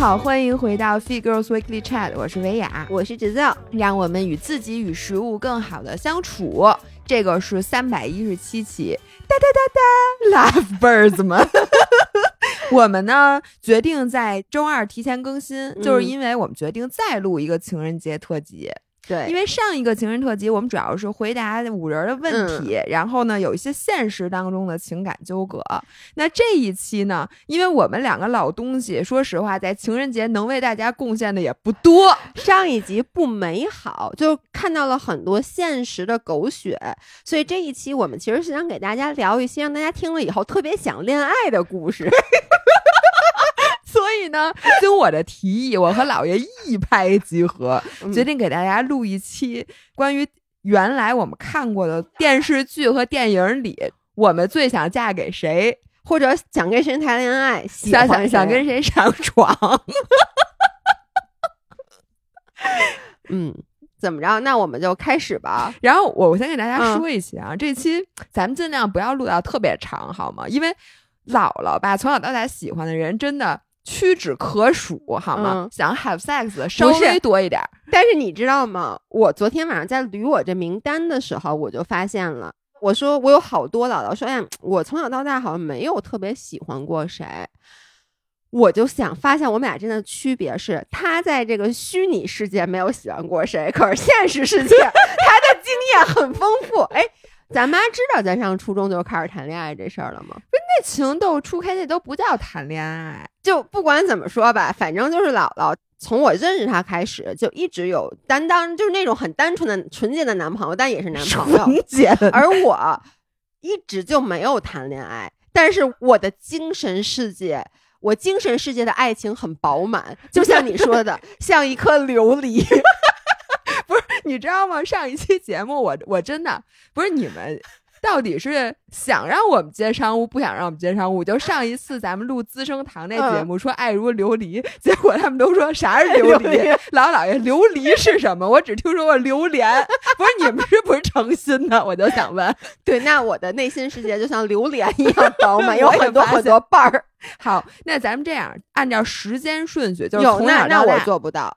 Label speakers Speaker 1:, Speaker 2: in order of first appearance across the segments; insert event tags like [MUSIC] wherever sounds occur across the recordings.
Speaker 1: 好，欢迎回到 Fee Girls Weekly Chat，我是维雅，
Speaker 2: 我是芷造，
Speaker 1: 让我们与自己与食物更好的相处。这个是三百一十七期，哒哒哒哒，Love Birds 们。 [LAUGHS] 我们呢决定在周二提前更新，
Speaker 2: 嗯
Speaker 1: 就是因为我们决定再录一个情人节特辑。
Speaker 2: 对，
Speaker 1: 因为上一个情人特辑，我们主要是回答五人的问题，然后呢有一些现实当中的情感纠葛。那这一期呢，因为我们两个老东西，说实话，在情人节能为大家贡献的也不多。
Speaker 2: 上一集不美好，就看到了很多现实的狗血，所以这一期我们其实是想给大家聊一些让大家听了以后特别想恋爱的故事。
Speaker 1: 所以呢，经我的提议，我和老爷一拍即合， [LAUGHS] 决定给大家录一期关于原来我们看过的电视剧和电影里，我们最想嫁给谁，
Speaker 2: 或者想跟谁谈恋爱，喜
Speaker 1: 想
Speaker 2: 欢
Speaker 1: 想想跟谁上床。
Speaker 2: 嗯，怎么着？那我们就开始吧。
Speaker 1: 然后我我先给大家说一下啊，这期咱们尽量不要录到特别长，好吗？因为姥姥吧，从小到大喜欢的人真的。屈指可数，好吗？
Speaker 2: 嗯
Speaker 1: 想 have sex 的稍
Speaker 2: 不是
Speaker 1: 微多一点儿，
Speaker 2: 但是你知道吗？我昨天晚上在捋我这名单的时候，我就发现了。我说我有好多姥姥说，哎，我从小到大好像没有特别喜欢过谁。我就想发现我们俩真的区别是，他在这个虚拟世界没有喜欢过谁，可是现实世界他的经验很丰富。哎，咱妈知道咱上初中就开始谈恋爱这事儿了吗？
Speaker 1: 那情窦初开那都不叫谈恋爱， [LAUGHS]
Speaker 2: 就不管怎么说吧，反正就是姥姥从我认识她开始就一直有担当，就是那种很单纯的、纯洁的男朋友，但也是男朋友。
Speaker 1: 洁的
Speaker 2: 而我一直就没有谈恋爱，但是我的精神世界，我精神世界的爱情很饱满，就像你说的，像一颗琉璃。
Speaker 1: [LAUGHS] 你知道吗？上一期节目我我真的不是你们。到底是想让我们接商务，不想让我们接商务？就上一次咱们录资生堂那
Speaker 2: 嗯
Speaker 1: 节目，说爱如琉璃，结果他们都说啥是琉
Speaker 2: 琉璃
Speaker 1: 璃？老姥爷，琉璃是什么？我只听说过榴莲， [LAUGHS] 不是你们是不是诚心的？我就想问，
Speaker 2: [LAUGHS] 对，那我的内心世界就像榴莲一样饱满，有
Speaker 1: 我也
Speaker 2: 很多
Speaker 1: 发
Speaker 2: 很
Speaker 1: 现
Speaker 2: 多瓣儿。
Speaker 1: 好，那咱们这样，按照时间顺序，就是
Speaker 2: 有
Speaker 1: 从
Speaker 2: 那
Speaker 1: 小
Speaker 2: 那
Speaker 1: 到嗯
Speaker 2: 我
Speaker 1: 大，
Speaker 2: 做不到。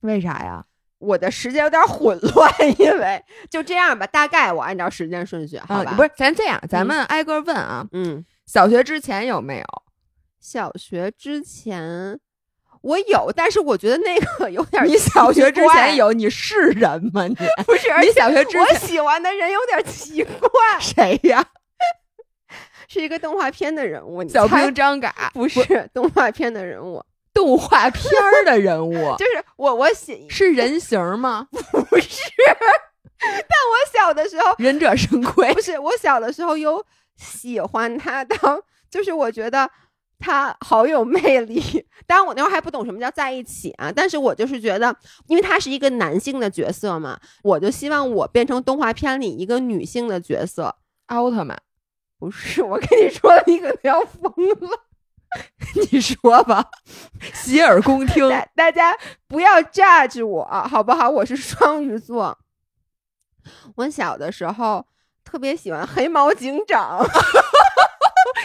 Speaker 1: 为啥呀？
Speaker 2: 我的时间有点混乱， [LAUGHS] 因为就这样吧，大概我按照时间顺序，好
Speaker 1: 啊
Speaker 2: 吧？，
Speaker 1: 不是，咱这样，咱们挨个问啊。
Speaker 2: 嗯，
Speaker 1: 小学之前有没有？
Speaker 2: 小学之前我有，但是我觉得那个有点
Speaker 1: 你小学之
Speaker 2: 奇怪
Speaker 1: 前，有，你是人吗？你
Speaker 2: 不是？而
Speaker 1: 你
Speaker 2: 且
Speaker 1: 小学之
Speaker 2: 我
Speaker 1: 前
Speaker 2: 喜欢的人有点奇怪，
Speaker 1: 谁呀？
Speaker 2: 是一个动画片的人物，
Speaker 1: [LAUGHS]
Speaker 2: 你
Speaker 1: 小
Speaker 2: 猜
Speaker 1: 兵张嘎
Speaker 2: 不是动画片的人物，，
Speaker 1: 动画片儿的人物
Speaker 2: 就是我我
Speaker 1: [LAUGHS]
Speaker 2: 喜
Speaker 1: 是人形吗？
Speaker 2: 不是，但我小的时候
Speaker 1: 忍者神龟
Speaker 2: 不是，我小的时候有喜欢他当，就是我觉得他好有魅力。当然，我那会儿还不懂什么叫在一起啊，但是我就是觉得，因为他是一个男性的角色嘛，我就希望我变成动画片里一个女性的角色。
Speaker 1: [LAUGHS] 奥特曼，
Speaker 2: 不是，我跟你说了，你可能要疯了。
Speaker 1: 你说吧，洗耳恭 [LAUGHS] 听。
Speaker 2: 大大家不要 judge 我，啊好不好？我是双鱼座，我小的时候特别喜欢黑猫警长。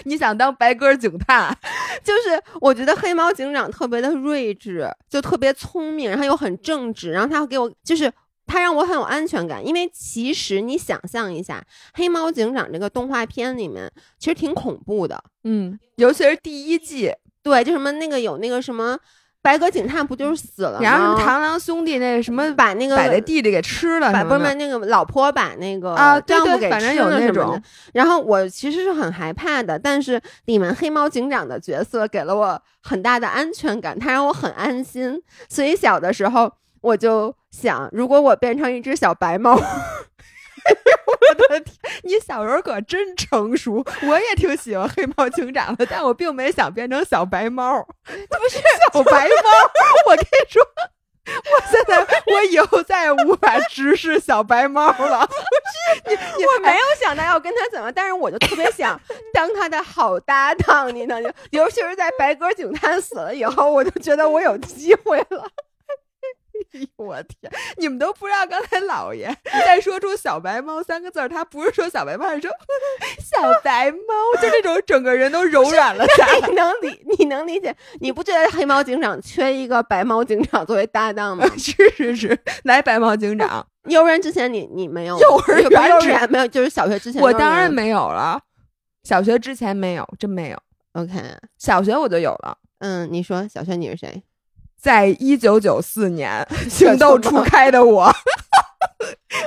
Speaker 1: 你想当白鸽警探？
Speaker 2: 就是我觉得黑猫警长特别的睿智，就特别聪明，然后又很正直，然后他会给我就是。他让我很有安全感，因为其实你想象一下，《黑猫警长》这个动画片里面其实挺恐怖的，
Speaker 1: 嗯，尤其是第一季，
Speaker 2: 对，就什么那个有那个什么白鸽警探不就是死了吗，
Speaker 1: 然后什么螳螂兄弟那什么
Speaker 2: 把那个
Speaker 1: 把那弟弟给吃了
Speaker 2: 把
Speaker 1: 什么
Speaker 2: 不
Speaker 1: 的，
Speaker 2: 是那个老婆把那个
Speaker 1: 啊对
Speaker 2: 丈夫
Speaker 1: 对
Speaker 2: 给
Speaker 1: 反正
Speaker 2: 吃
Speaker 1: 有
Speaker 2: 了
Speaker 1: 那
Speaker 2: 什么的
Speaker 1: 种。
Speaker 2: 然后我其实是很害怕的，但是里面黑猫警长的角色给了我很大的安全感，他让我很安心。所以小的时候我就想，如果我变成一只小白猫， [LAUGHS]
Speaker 1: 你小时候可真成熟，我也挺喜欢黑猫警长的，但我并没想变成小白猫，不是小白猫。我跟你说，我现在我以后再也无法直视小白猫了。 [LAUGHS]
Speaker 2: 我没有想到要跟他怎么，但是我就特别 [LAUGHS] 想当他的好搭档，你呢？尤其是在白鸽警探死了以后，我就觉得我有机会了。
Speaker 1: 哎我天，你们都不知道刚才老爷在说出“小白猫”三个字儿，他不是说小白猫，是说 [LAUGHS] 小白猫，就这种整个人都柔软了下来。
Speaker 2: [LAUGHS] 你能理你能理解？你不觉得黑猫警长缺一个白猫警长作为搭档吗？
Speaker 1: [LAUGHS] 是是是，来白猫警长，
Speaker 2: 幼儿园之前你你没有吗
Speaker 1: 幼儿园
Speaker 2: 不是幼
Speaker 1: 之
Speaker 2: 儿园没有，就是小学之前
Speaker 1: 我
Speaker 2: 幼儿
Speaker 1: 当然
Speaker 2: 园
Speaker 1: 没有了，小学之前没有，真没有，
Speaker 2: OK。
Speaker 1: 小学我就有了。
Speaker 2: 嗯，你说小轩你是谁？
Speaker 1: 在一九九四年情窦初开的我， [LAUGHS]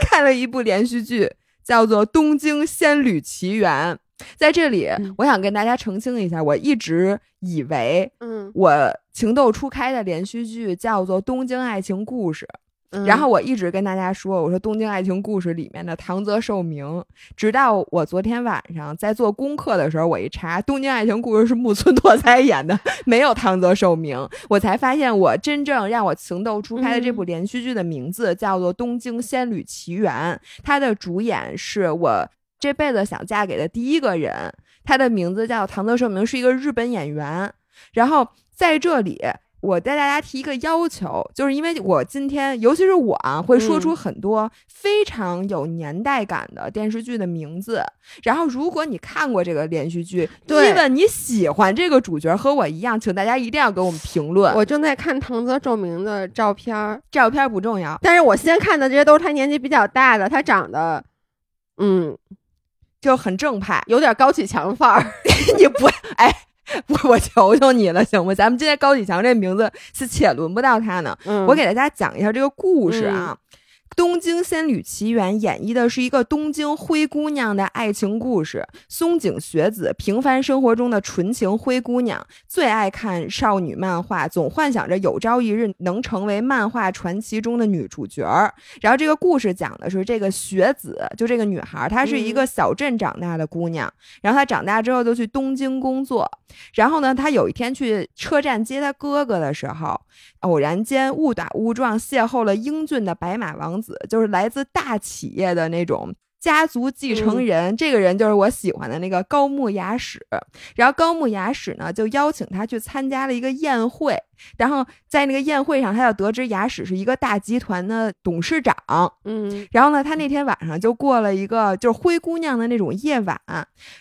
Speaker 1: 看了一部连续剧，叫做《东京仙女奇缘》。在这里
Speaker 2: 嗯，
Speaker 1: 我想跟大家澄清一下，我一直以为
Speaker 2: 嗯，
Speaker 1: 我情窦初开的连续剧叫做《东京爱情故事》，
Speaker 2: 嗯
Speaker 1: 然后我一直跟大家说，我说《东京爱情故事》里面的唐泽寿明，直到我昨天晚上在做功课的时候，我一查，《东京爱情故事》是木村拓哉演的， [LAUGHS] 没有唐泽寿明，我才发现我真正让我情窦初开的这部连续剧的名字叫做《东京仙女奇缘》，它的主演是我这辈子想嫁给的第一个人，他的名字叫唐泽寿明，是一个日本演员。然后在这里，我带大家提一个要求，就是因为我今天，尤其是我啊，会
Speaker 2: 嗯
Speaker 1: 说出很多非常有年代感的电视剧的名字。然后，如果你看过这个连续剧，
Speaker 2: 对
Speaker 1: 问你喜欢这个主角和我一样，请大家一定要给我们评论。
Speaker 2: 我正在看唐泽寿明的照片儿，
Speaker 1: 照片不重要，
Speaker 2: 但是我先看的这些都是他年纪比较大的，他长得嗯
Speaker 1: 就很正
Speaker 2: [LAUGHS]
Speaker 1: 派。
Speaker 2: 有点高启强范儿。
Speaker 1: 你不，哎， [LAUGHS] 我我求求你了，行吗？咱们今天高启强这名字是且轮不到他呢。
Speaker 2: 嗯
Speaker 1: 我给大家讲一下这个故事啊。东京仙女奇缘》演绎的是一个东京灰姑娘的爱情故事。松井学子平凡生活中的纯情灰姑娘，最爱看少女漫画，总幻想着有朝一日能成为漫画传奇中的女主角儿。然后这个故事讲的是这个学子，就这个女孩儿，她是一个小镇长大的姑娘，然后她长大之后就去东京工作。然后呢，她有一天去车站接她哥哥的时候，偶然间误打误撞邂逅了英俊的白马王子，就是来自大企业的那种家族继
Speaker 2: 嗯
Speaker 1: 承人。这个人就是我喜欢的那个高木雅史。然后高木雅史呢，就邀请他去参加了一个宴会。然后在那个宴会上，他就得知雅史是一个大集团的董事长。
Speaker 2: 嗯
Speaker 1: 然后呢，他那天晚上就过了一个就是灰姑娘的那种夜晚，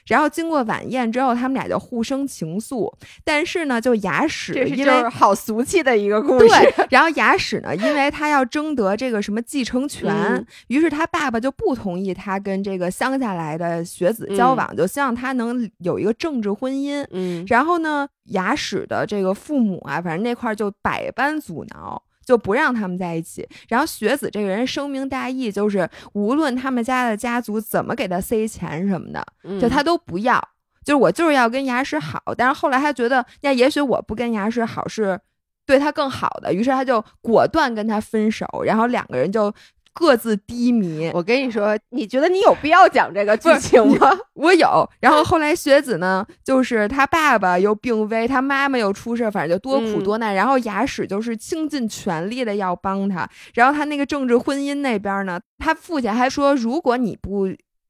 Speaker 1: 然后经过晚宴之后，他们俩就互生情愫。但是呢，就雅史
Speaker 2: 这是
Speaker 1: 因
Speaker 2: 就
Speaker 1: 为
Speaker 2: 是好俗气的一个故
Speaker 1: [LAUGHS]
Speaker 2: 事。
Speaker 1: 对，然后雅史呢，因为他要争得这个什么继承权，
Speaker 2: 嗯
Speaker 1: 于是他爸爸就不同意他跟这个乡下来的学子交往，就希望他能有一个政治婚姻。
Speaker 2: 嗯
Speaker 1: 然后呢，雅史的这个父母啊，反正那块儿就百般阻挠。就不让他们在一起。然后学子这个人声明大义，就是无论他们家的家族怎么给他塞钱什么的，
Speaker 2: 嗯
Speaker 1: 就他都不要，就是我就是要跟牙齿好。但是后来他觉得，那也许我不跟牙齿好是对他更好的，于是他就果断跟他分手，然后两个人就各自低迷。
Speaker 2: 我跟你说，你觉得你有必要讲这个剧
Speaker 1: 不是
Speaker 2: 情吗？
Speaker 1: 我有，然
Speaker 2: 嗯
Speaker 1: 后后来学子呢，就是他爸爸又病危，他妈妈又出事，反正就多苦
Speaker 2: 嗯
Speaker 1: 多难。然后雅史就是倾尽全力的要帮他，然后他那个政治婚姻那边呢，他父亲还说，如果你不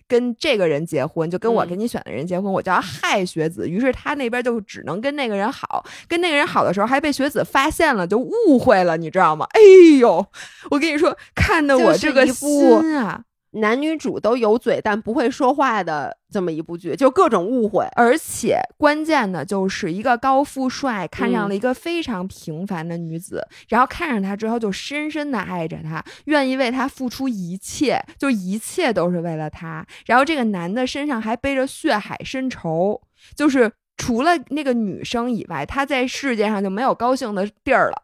Speaker 1: 跟这个人结婚，就跟我
Speaker 2: 嗯
Speaker 1: 给你选的人结婚，我就要害学子。于是他那边就只能跟那个人好，跟那个人好的时候还被学子发现了，就误会了，你知道吗？哎呦，我跟你说，看得我
Speaker 2: 就是
Speaker 1: 这个
Speaker 2: 一部
Speaker 1: 心啊。
Speaker 2: 男女主都有嘴但不会说话的这么一部剧，就各种误会。
Speaker 1: 而且关键的就是一个高富帅看上
Speaker 2: 嗯
Speaker 1: 了一个非常平凡的女子，然后看上她之后就深深的爱着她，愿意为她付出一切，就一切都是为了她。然后这个男的身上还背着血海深仇，就是除了那个女生以外，他在世界上就没有高兴的地儿了。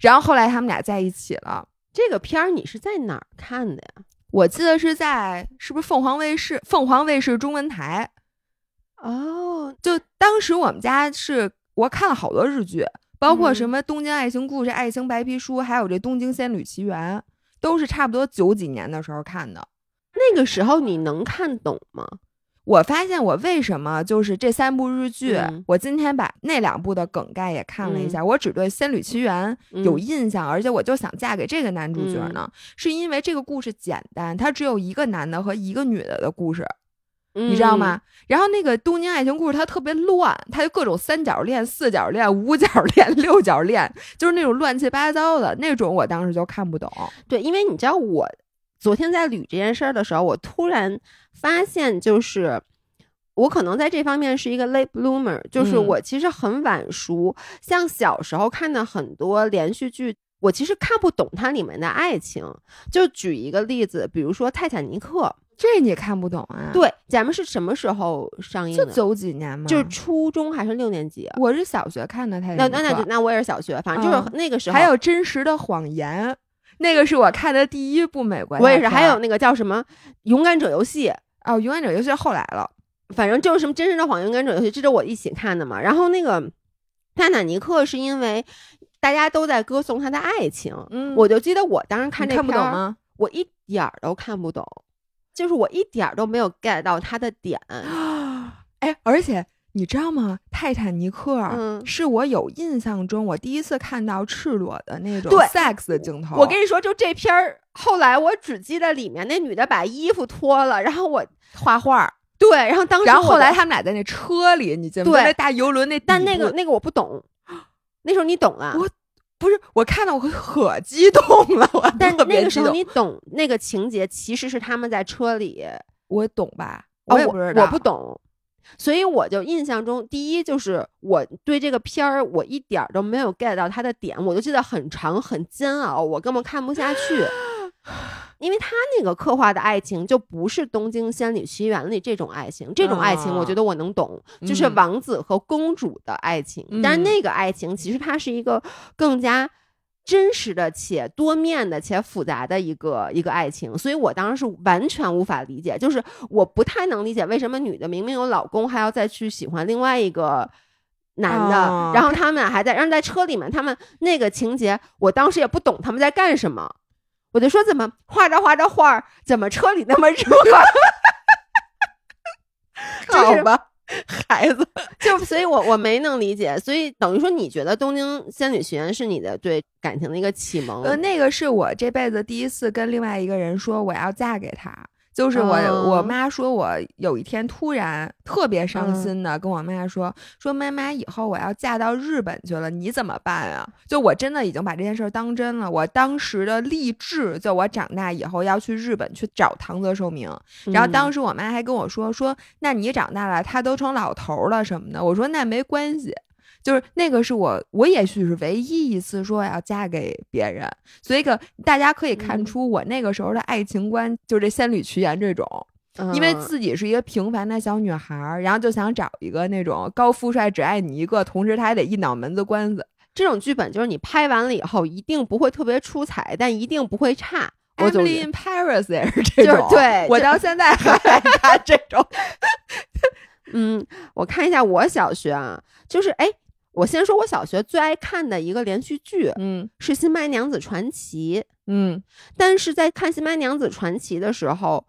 Speaker 1: 然后后来他们俩在一起了。
Speaker 2: 这个片儿你是在哪儿看的呀？
Speaker 1: 我记得是在是不是凤凰卫视？凤凰卫视中文台，
Speaker 2: 哦，
Speaker 1: 就当时我们家是我看了好多日剧，包括
Speaker 2: 嗯
Speaker 1: 什么《东京爱情故事》《爱情白皮书》，还有这《东京仙女奇缘》，都是差不多九几年的时候看的。
Speaker 2: 那个时候你能看懂吗？
Speaker 1: 我发现我为什么就是这三部日剧，
Speaker 2: 嗯
Speaker 1: 我今天把那两部的梗概也看了一下，我只对《仙女奇缘》有
Speaker 2: 嗯
Speaker 1: 印象，而且我就想嫁给这个男主角呢，是因为这个故事简单，它只有一个男的和一个女的的故事，你知道吗？然后那个东京爱情故事它特别乱，它就各种三角恋、四角恋、五角恋、 [LAUGHS] 六角恋，就是那种乱七八糟的那种，我当时就看不懂。
Speaker 2: 嗯？对，因为你知道我昨天在捋这件事儿的时候，我突然发现，就是我可能在这方面是一个 late bloomer，就是
Speaker 1: 嗯
Speaker 2: 我其实很晚熟。像小时候看的很多连续剧。我其实看不懂它里面的爱情，就举一个例子，比如说《泰坦尼克》，
Speaker 1: 这你看不懂啊？，
Speaker 2: 对，咱们是什么时候上映
Speaker 1: 就
Speaker 2: 的？
Speaker 1: 九几年嘛，
Speaker 2: 就是初中还是六年级啊？
Speaker 1: 我是小学看的泰
Speaker 2: 那
Speaker 1: 坦尼
Speaker 2: 嗯那那就
Speaker 1: 克，
Speaker 2: 那我也是小学，反正就是那个时候。
Speaker 1: 还有《真实的谎言》，那个是我看的第一部美国大片儿。
Speaker 2: 我也是，还有那个叫什么《勇敢者游戏》，
Speaker 1: 哦，《永远者游戏》后来了，
Speaker 2: 反正就是什么《真实的谎言》《勇敢者游戏》，这是我一起看的嘛。然后那个《泰坦尼克》是因为大家都在歌颂他的爱情，
Speaker 1: 嗯
Speaker 2: 我就记得我当时看
Speaker 1: 你
Speaker 2: 这
Speaker 1: 看不懂
Speaker 2: 片儿？
Speaker 1: 吗？
Speaker 2: 我一点儿都看不懂，就是我一点儿都没有 get 到他的点。
Speaker 1: 哎，而且你知道吗？《泰坦尼克》
Speaker 2: 嗯
Speaker 1: 是我有印象中我第一次看到赤裸的那种
Speaker 2: 对
Speaker 1: sex 的镜头。
Speaker 2: 我跟你说，就这片儿，后来我只记得里面那女的把衣服脱了，然后我
Speaker 1: 画画，
Speaker 2: 对，然后当时
Speaker 1: 然后
Speaker 2: 我
Speaker 1: 后
Speaker 2: 就
Speaker 1: 来他们俩在那车里，你记不记得
Speaker 2: 对
Speaker 1: 那大游轮那底部？
Speaker 2: 但那个那个我不懂，那时候你懂了，
Speaker 1: 我不是我看到我可 [LAUGHS] 可激动了，我
Speaker 2: 但
Speaker 1: 特
Speaker 2: 那
Speaker 1: 别
Speaker 2: 个
Speaker 1: 激
Speaker 2: 时候
Speaker 1: 动。
Speaker 2: 你懂那个情节，其实是他们在车里，
Speaker 1: 我懂吧？
Speaker 2: 哦
Speaker 1: 也
Speaker 2: 我
Speaker 1: 不知道，
Speaker 2: 我不懂，所以我就印象中，第一就是我对这个片儿我一点儿都没有 get 到它的点，我就记得很长很煎熬，我根本看
Speaker 1: [LAUGHS]
Speaker 2: 不下去。因为他那个刻画的爱情就不是《东京仙女奇缘》里这种爱情，这种爱情我
Speaker 1: 啊
Speaker 2: 觉得我能懂，就是
Speaker 1: 嗯
Speaker 2: 王子和公主的爱情。但是
Speaker 1: 嗯
Speaker 2: 那个爱情其实它是一个更加真实的且多面的且复杂的一个一个爱情，所以我当时是完全无法理解，就是我不太能理解为什么女的明明有老公还要再去喜欢另外一个。男的，
Speaker 1: 啊
Speaker 2: 然后他们还在，然后在车里面，他们那个情节，我当时也不懂他们在干什么，我就说怎么画着画着画儿，怎么车里那么热， [LAUGHS] 就是
Speaker 1: 好吧，孩子。
Speaker 2: [LAUGHS] 就所以我，我没能理解，所以等于说，你觉得《东京仙女学院》是你的对感情的一个启蒙？
Speaker 1: 呃，那个是我这辈子第一次跟另外一个人说我要嫁给他，就是我、我
Speaker 2: 哦
Speaker 1: 妈说我有一天突然特别伤
Speaker 2: 嗯
Speaker 1: 心的跟我妈说、说妈妈以后我要嫁到日本去了，你怎么办啊？就我真的已经把这件事儿当真了，我当时的立志就我长大以后要去日本去找唐泽寿明，然后当
Speaker 2: 时
Speaker 1: 时我妈还跟我说说，那你长大了，他都成老头儿了什么的。我说那没关系，就是那个是我，我也许是唯一一次说我要嫁给别人，所以个大家可以看
Speaker 2: 嗯
Speaker 1: 出我那个时候的爱情观就是这仙女奇缘这种，因
Speaker 2: 嗯
Speaker 1: 为自己是一个平凡的小女孩儿，然后就想找一个那种高富帅只爱你一个，同时他还得一脑门子官司。
Speaker 2: 这种剧本就是你拍完了以后，一定不会特别出彩，但一定不会差。我总 [LAUGHS]
Speaker 1: [LAUGHS] Emily in Paris 也是这
Speaker 2: 就
Speaker 1: 种，
Speaker 2: 是对
Speaker 1: 我
Speaker 2: 就
Speaker 1: 到现在还 [LAUGHS] 爱看这种。
Speaker 2: [LAUGHS] 嗯，我看一下我小学啊，就是哎，我先说我小学最爱看的一个连续剧
Speaker 1: 嗯
Speaker 2: 是《新白娘子传奇》，
Speaker 1: 嗯，
Speaker 2: 但是在看《新白娘子传奇》的时候，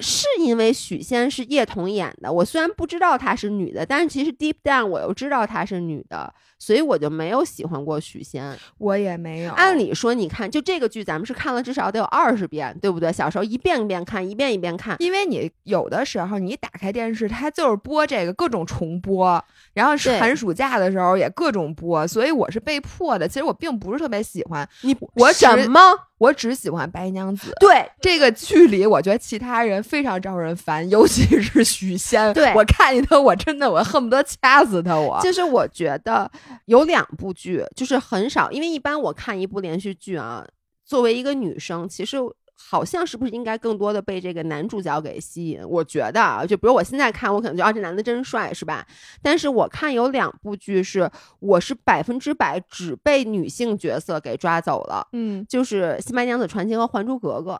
Speaker 2: 是因为许仙是叶童演的，我虽然不知道她是女的，但是其实 deep down 我又知道她是女的，所以我就没有喜欢过许仙。
Speaker 1: 我也没有。
Speaker 2: 按理说，你看，就这个剧，咱们是看了至少得有二十遍，对不对？小时候一遍一遍看，一遍一遍看。
Speaker 1: 因为你有的时候你打开电视，它就是播这个各种重播，然后是
Speaker 2: 对
Speaker 1: 寒暑假的时候也各种播，所以我是被迫的。其实我并不是特别喜欢，
Speaker 2: 你
Speaker 1: 我只
Speaker 2: 什么？
Speaker 1: 我只喜欢白娘子
Speaker 2: 对，
Speaker 1: 这个剧里，我觉得其他人非常招人烦，尤其是许仙。
Speaker 2: 对
Speaker 1: 我看见他，我真的我恨不得掐死他我。
Speaker 2: 就是我觉得有两部剧，就是很少，因为一般我看一部连续剧啊，作为一个女生，其实好像是不是应该更多的被这个男主角给吸引？我觉得啊，就比如我现在看，我可能觉得啊，这男的真帅，是吧？但是我看有两部剧是，我是百分之百只被女性角色给抓走了。
Speaker 1: 嗯
Speaker 2: 就是《新白娘子传奇》和《还珠格格》，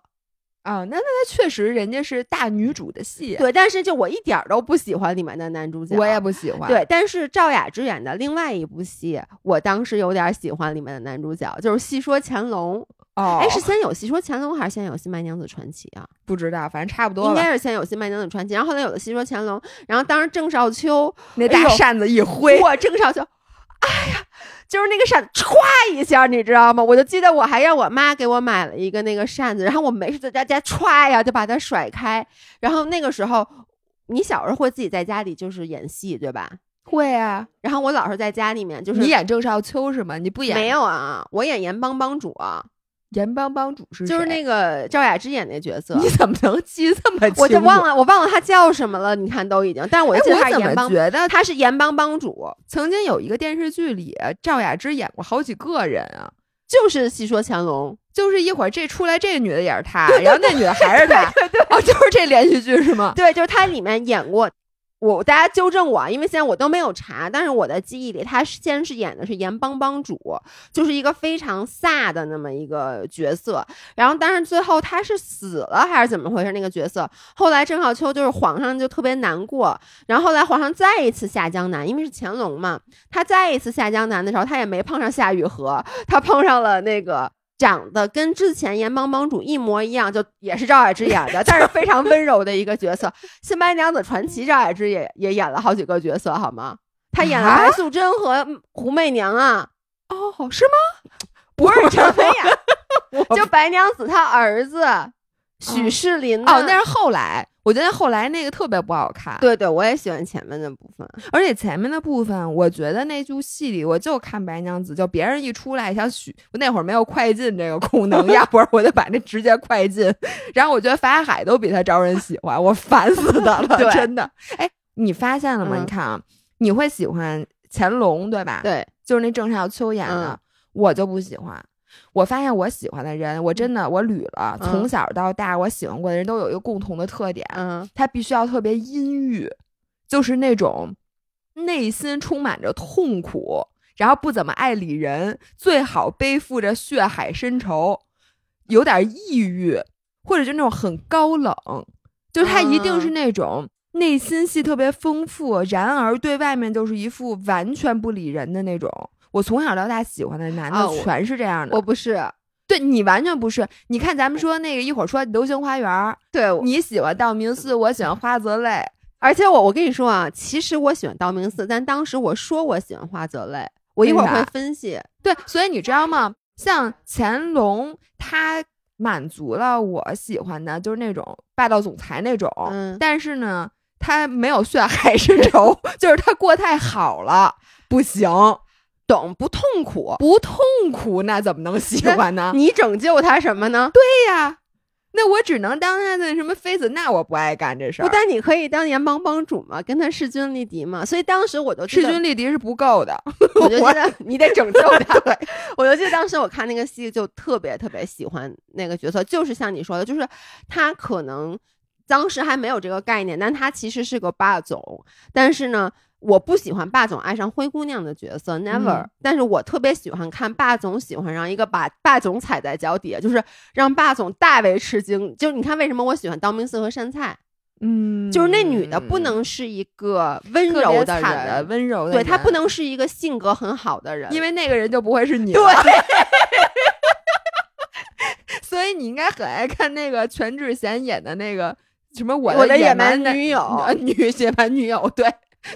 Speaker 1: 啊，那那那确实人家是大女主的戏，
Speaker 2: 对，但是就我一点儿都不喜欢里面的男主角，
Speaker 1: 我也不喜欢。
Speaker 2: 对，但是赵雅芝演的另外一部戏，我当时有点喜欢里面的男主角，就是《戏说乾隆》。
Speaker 1: 哦，
Speaker 2: 哎、是先有《戏说乾隆》还是先有《新白娘子传奇》啊？
Speaker 1: 不知道，反正差不多
Speaker 2: 应
Speaker 1: 吧。
Speaker 2: 该是先有《新白娘子传奇》，然后后来有了《戏说乾隆》，然后当时郑
Speaker 1: [LAUGHS]
Speaker 2: 少秋，
Speaker 1: 那
Speaker 2: 哎
Speaker 1: 大
Speaker 2: 呦
Speaker 1: 扇子一挥，
Speaker 2: 哇，郑少秋。哎呀，就是那个扇子，歘一下，你知道吗？我就记得我还让我妈给我买了一个那个扇子，然后我没事在家家歘呀就把它甩开。然后那个时候你小时候会自己在家里就是演戏对吧？
Speaker 1: 会啊，
Speaker 2: 然后我老是在家里面就是
Speaker 1: 你演郑少秋是吗？你不演
Speaker 2: 没有啊，我演盐帮帮主啊，
Speaker 1: 盐帮帮主是
Speaker 2: 就是
Speaker 1: 谁啊
Speaker 2: 那个赵雅芝演那角色
Speaker 1: 你。怎么能记这么清楚？
Speaker 2: 我就忘了，我忘了她叫什么了。你看都已经，但是我
Speaker 1: 哎，
Speaker 2: 就记得她
Speaker 1: 我
Speaker 2: 是
Speaker 1: 怎
Speaker 2: 盐
Speaker 1: 么
Speaker 2: 帮，
Speaker 1: 觉得
Speaker 2: 她是盐帮帮主，
Speaker 1: 曾经有一个电视剧里，赵雅芝演过好几个人啊？
Speaker 2: 就是《戏说乾隆
Speaker 1: 就是一会儿这出来这女的也是她，然后那女的还是她，哦，就是这连续剧是吗》。？
Speaker 2: 对，就是她里面演过。我大家纠正我，啊，因为现在我都没有查，但是我的记忆里，她是先是演的是盐帮帮主，就是一个非常飒的那么一个角色。然后，但是最后她是死了还是怎么回事？那个角色后来郑少秋就是皇上就特别难过，然后后来皇上再一次下江南，因为是乾隆嘛，他再一次下江南的时候，他也没碰上夏雨荷，他碰上了那个长得跟之前盐帮帮主一模一样，就也是赵雅芝演
Speaker 1: [LAUGHS]
Speaker 2: 的，但是非常温柔的一个角色。《新白娘子传奇》赵雅芝也也演了好几个角色，好吗？她演了
Speaker 1: 啊
Speaker 2: 白素贞和胡媚娘啊，
Speaker 1: 哦，是吗？
Speaker 2: 不是陈飞演，
Speaker 1: 我
Speaker 2: [LAUGHS]
Speaker 1: 嗯
Speaker 2: 就白娘子她儿子许仕林呢
Speaker 1: 哦，那是后来，我觉得后来那个特别不好看。，
Speaker 2: 对对，我也喜欢前面的部分。
Speaker 1: 而且前面的部分，我觉得那部戏里我就看白娘子，就别人一出来想许，我那会儿没有快进这个功
Speaker 2: [LAUGHS]
Speaker 1: 能，要不然我就把那直接快进。然后我觉得法海都比他招人喜欢，我烦死他
Speaker 2: [LAUGHS] 对
Speaker 1: 了，真的。哎，你发现了吗？
Speaker 2: 嗯
Speaker 1: 你看啊，你会喜欢乾隆对吧？，
Speaker 2: 对，
Speaker 1: 就是那郑少秋演的，
Speaker 2: 嗯
Speaker 1: 我就不喜欢。我发现我喜欢的人，我真的我捋了，
Speaker 2: 嗯
Speaker 1: 从小到大我喜欢过的人都有一个共同的特点，
Speaker 2: 嗯
Speaker 1: 他必须要特别阴郁，就是那种内心充满着痛苦，然后不怎么爱理人，最好背负着血海深仇，有点抑郁，或者就那种很高冷，就他一定是
Speaker 2: 啊
Speaker 1: 那种。内心戏特别丰富，然而对外面就是一副完全不理人的那种。我从小到大喜欢的男
Speaker 2: 啊
Speaker 1: 的
Speaker 2: 我
Speaker 1: 全是这样的。
Speaker 2: 我不是，
Speaker 1: 对你完全不是。你看咱们说那个一会儿说《流星花园》，
Speaker 2: 对，我
Speaker 1: 你喜欢道明寺，我喜欢花泽类。
Speaker 2: 而且我我跟你说啊，其实我喜欢道明寺，但当时我说我喜欢花泽类，我一会
Speaker 1: 为
Speaker 2: 儿
Speaker 1: 啥
Speaker 2: 会分析。
Speaker 1: 对，所以你知道吗？像乾隆，他满足了我喜欢的，就是那种霸道总裁那种。
Speaker 2: 嗯
Speaker 1: 但是呢，他没有血海深仇，就是他过太好了，不行，
Speaker 2: 懂不痛苦？
Speaker 1: 不痛苦，那怎么能喜欢呢？
Speaker 2: 你拯救他什么呢？
Speaker 1: 对呀、那我只能当他的什么妃子，那我不爱干这事
Speaker 2: 不
Speaker 1: 儿。
Speaker 2: 但你可以当盐帮帮主嘛，跟他势均力敌嘛。所以当时我就记
Speaker 1: 势
Speaker 2: 得
Speaker 1: 均力敌是不够的，
Speaker 2: [LAUGHS] 我就记得你得拯 [LAUGHS] 救他。对，我就记得当时我看那个戏，就特别特别喜欢那个角色，就是像你说的，就是他可能当时还没有这个概念，但他其实是个霸总，但是呢。我不喜欢霸总爱上灰姑娘的角色，never、
Speaker 1: 嗯
Speaker 2: 但是我特别喜欢看霸总喜欢上一个把霸总踩在脚底下，就是让霸总大为吃惊。就是你看为什么我喜欢道明寺和杉菜，
Speaker 1: 嗯
Speaker 2: 就是那女的不能是一个温
Speaker 1: 特别
Speaker 2: 柔的
Speaker 1: 惨的
Speaker 2: 人，
Speaker 1: 温柔的人，
Speaker 2: 对她不能是一个性格很好的人，
Speaker 1: 因为那个人就不会是你了。
Speaker 2: 对
Speaker 1: 所以你应该很爱看那个全智贤演的那个什么我
Speaker 2: 我的
Speaker 1: 野
Speaker 2: 野蛮
Speaker 1: 的
Speaker 2: 女友
Speaker 1: 呃
Speaker 2: [LAUGHS]
Speaker 1: 女野蛮女友，对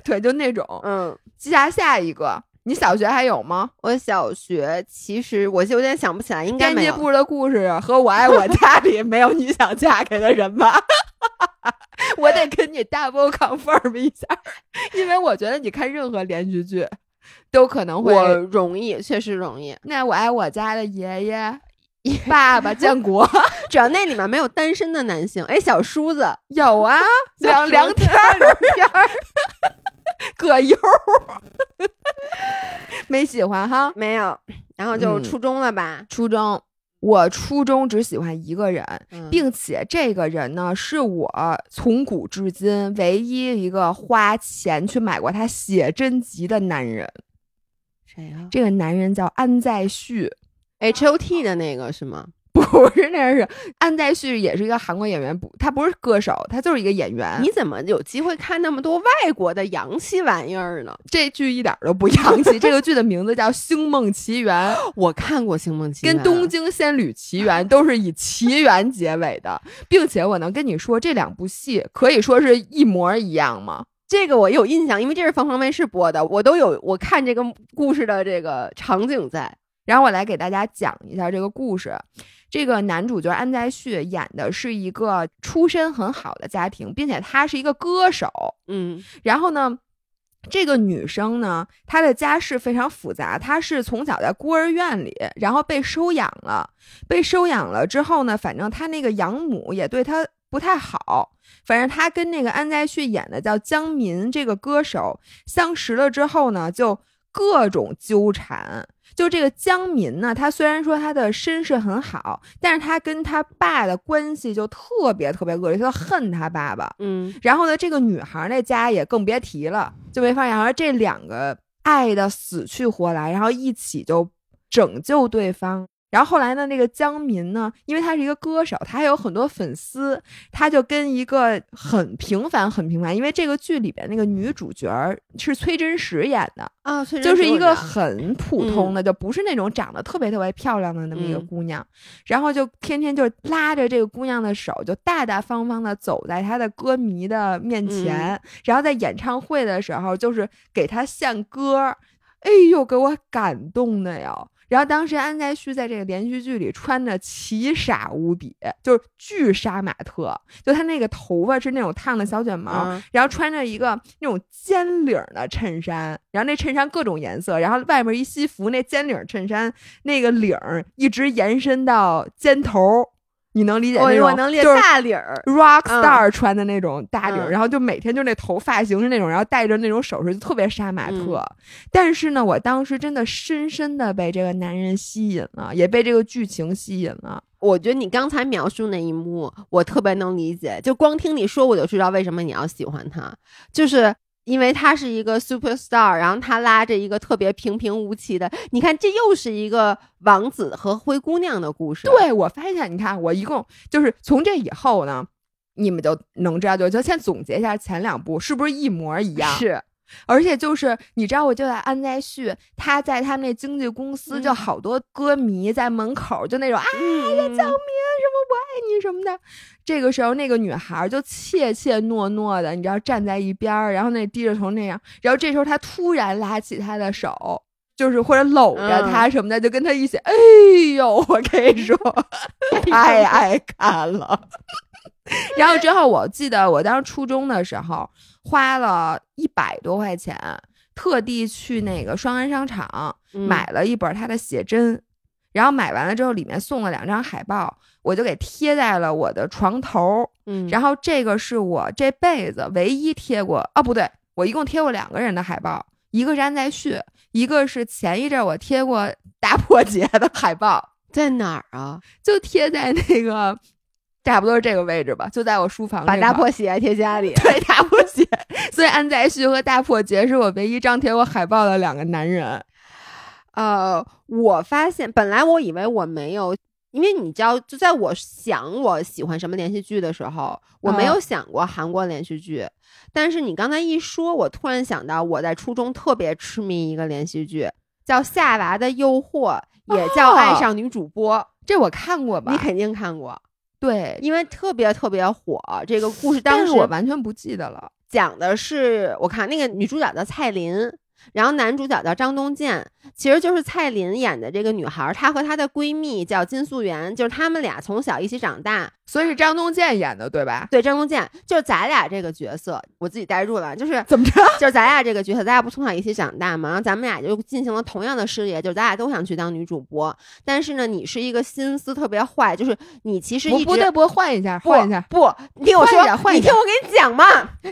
Speaker 1: 对，就那种。
Speaker 2: 嗯，
Speaker 1: 下下一个，你小学还有吗？
Speaker 2: 我小学其实我有点想不起来，应该
Speaker 1: 编
Speaker 2: 没
Speaker 1: 辑
Speaker 2: 有。
Speaker 1: 部的故事和我爱我家里没有你想嫁给的人吧？ [LAUGHS] 我得跟你 double confirm 一下，因为我觉得你看任何连续剧都可能会。
Speaker 2: 我容易，确实容易，
Speaker 1: 那我爱我家的爷爷、爸爸、建国 [LAUGHS]
Speaker 2: 只要那里面没有单身的男性。哎，小叔子，
Speaker 1: 有啊，梁
Speaker 2: 小时候
Speaker 1: 梁天儿，天儿，葛优儿，没喜欢哈。
Speaker 2: [LAUGHS] 没有，然后就
Speaker 1: 嗯
Speaker 2: 初中了吧，
Speaker 1: 初中，我初中只喜欢一个人，
Speaker 2: 嗯
Speaker 1: 并且这个人呢，是我从古至今唯一一个花钱去买过他写真集的男人。
Speaker 2: 谁呀、
Speaker 1: 这个男人叫安在旭，
Speaker 2: h O T 的那个是吗？
Speaker 1: 不是那是安在旭，也是一个韩国演员，不，他不是歌手，他就是一个演员。
Speaker 2: 你怎么有机会看那么多外国的洋气玩意儿呢？
Speaker 1: 这剧一点儿都不洋气，这个剧的名字叫《星梦奇缘》。
Speaker 2: 我看过《星梦奇缘》，
Speaker 1: 跟《东京仙女奇缘》都是以奇缘结尾的，并且我能跟你说，这两部戏可以说是一模一样吗？
Speaker 2: 这个我有印象，因为这是凤凰卫视播的，我都有我看这个故事的这个场景在。
Speaker 1: 然后我来给大家讲一下这个故事。这个男主角安在旭演的是一个出身很好的家庭，并且他是一个歌手。
Speaker 2: 嗯
Speaker 1: 然后呢，这个女生呢，她的家世非常复杂，她是从小在孤儿院里，然后被收养了。被收养了之后呢，反正她那个养母也对她不太好。反正她跟那个安在旭演的叫江民这个歌手相识了之后呢，就各种纠缠。就这个江民呢，他虽然说他的身世很好，但是他跟他爸的关系就特别特别恶劣，他就恨他爸爸。
Speaker 2: 嗯
Speaker 1: 然后呢，这个女孩那家也更别提了，就没法养。然后这两个爱的死去活来，然后一起就拯救对方。然后后来呢，那个江民呢，因为他是一个歌手，他还有很多粉丝，他就跟一个很平凡、很平凡，因为这个剧里边那个女主角儿是崔真实演的，
Speaker 2: 啊，确实
Speaker 1: 就是一
Speaker 2: 我
Speaker 1: 个
Speaker 2: 知道
Speaker 1: 很普通的，就不是那种长得特别特别漂亮的那么一个
Speaker 2: 嗯
Speaker 1: 姑娘，然后就天天就拉着这个姑娘的手，就大大方方的走在她的歌迷的面前，
Speaker 2: 嗯
Speaker 1: 然后在演唱会的时候就是给她献歌儿，哎呦，给我感动的哟。然后当时安在旭在这个连续剧里穿的奇傻无比，就是巨杀马特，就他那个头发是那种烫的小卷毛，
Speaker 2: 啊，
Speaker 1: 然后穿着一个那种尖领儿的衬衫，然后那衬衫各种颜色，然后外面一西服，那尖领儿衬衫那个领儿一直延伸到肩头儿，你能理解
Speaker 2: 我
Speaker 1: 那种？
Speaker 2: 哦我能列
Speaker 1: 就是
Speaker 2: 大理儿，
Speaker 1: rock
Speaker 2: 嗯
Speaker 1: star 穿的那种大领儿，
Speaker 2: 嗯
Speaker 1: 然后就每天就那头发型是那种，然后戴着那种首饰，就特别杀马
Speaker 2: 嗯
Speaker 1: 特。但是呢，我当时真的深深的被这个男人吸引了，也被这个剧情吸引了。
Speaker 2: 我觉得你刚才描述那一幕，我特别能理解。就光听你说，我就知道为什么你要喜欢他，就是因为他是一个 super star，然后他拉着一个特别平平无奇的。你看，这又是一个王子和灰姑娘的故事。，
Speaker 1: 对我发现，你看我一共就是从这以后呢，你们就能知道，就就先总结一下前两部是不是一模一样。
Speaker 2: 是，
Speaker 1: 而且就是你知道，我就在安在旭，他在他们那经纪公司，就
Speaker 2: 嗯
Speaker 1: 好多歌迷在门口就那种啊，
Speaker 2: 嗯，
Speaker 1: 叫你什么的。这个时候，那个女孩儿就怯怯懦懦的，你知道站在一边儿，然后那低着头那样。然后这时候，她突然拉起他的手，就是或者搂着
Speaker 2: 嗯
Speaker 1: 他什么的，就跟他一起。哎呦，我跟你说，
Speaker 2: 哎
Speaker 1: 太爱看了。 [LAUGHS] 然后之后，我记得我当时初中的时候，花了一百多块钱，特地去那个双安商场
Speaker 2: 嗯
Speaker 1: 买了一本他的写真，然后买完了之后，里面送了两张海报，我就给贴在了我的床头。
Speaker 2: 嗯，
Speaker 1: 然后这个是我这辈子唯一贴过，哦不对，我一共贴过两个人的海报，一个是安在旭，一个是前一阵儿我贴过大破节的海报，
Speaker 2: 在哪儿啊？
Speaker 1: 就贴在那个差不多是这个位置吧，就在我书房
Speaker 2: 把
Speaker 1: 这
Speaker 2: 大
Speaker 1: 块儿
Speaker 2: 破鞋贴家里。
Speaker 1: [LAUGHS] 对大破节，所以安在旭和大破节是我唯一张贴过海报的两个男人。
Speaker 2: 呃，我发现本来我以为我没有，因为你知道，就在我想我喜欢什么连续剧的时候，我
Speaker 1: 嗯
Speaker 2: 没有想过韩国连续剧。但是你刚才一说，我突然想到，我在初中特别痴迷一个连续剧，叫《夏娃的诱惑》，也叫《爱
Speaker 1: 哦
Speaker 2: 上女主播》
Speaker 1: 这我看过吧？
Speaker 2: 你肯定看过，
Speaker 1: 对，
Speaker 2: 因为特别特别火。这个故事当
Speaker 1: 但
Speaker 2: 时
Speaker 1: 是我完全不记得了。
Speaker 2: 讲的是，我看那个女主角叫蔡琳，然后男主角叫张东健，其实就是蔡琳演的这个女孩儿，她和她的闺蜜叫金素媛，就是她们俩从小一起长大。
Speaker 1: 所以是张东健演的，对吧？
Speaker 2: 对，张东健就是咱俩这个角色，我自己代入了，就是
Speaker 1: 怎么着？
Speaker 2: 就是咱俩这个角色，咱俩不从小一起长大嘛，然后咱们俩就进行了同样的事业，就是咱俩都想去当女主播，但是呢，你是一个心思特别坏，就是你其实一
Speaker 1: 不
Speaker 2: 直
Speaker 1: 不对，不换一下，换一下。
Speaker 2: 不，你听我
Speaker 1: 换一
Speaker 2: 说
Speaker 1: 下，换一
Speaker 2: 你
Speaker 1: 下
Speaker 2: 听我给
Speaker 1: [LAUGHS]
Speaker 2: 你讲嘛，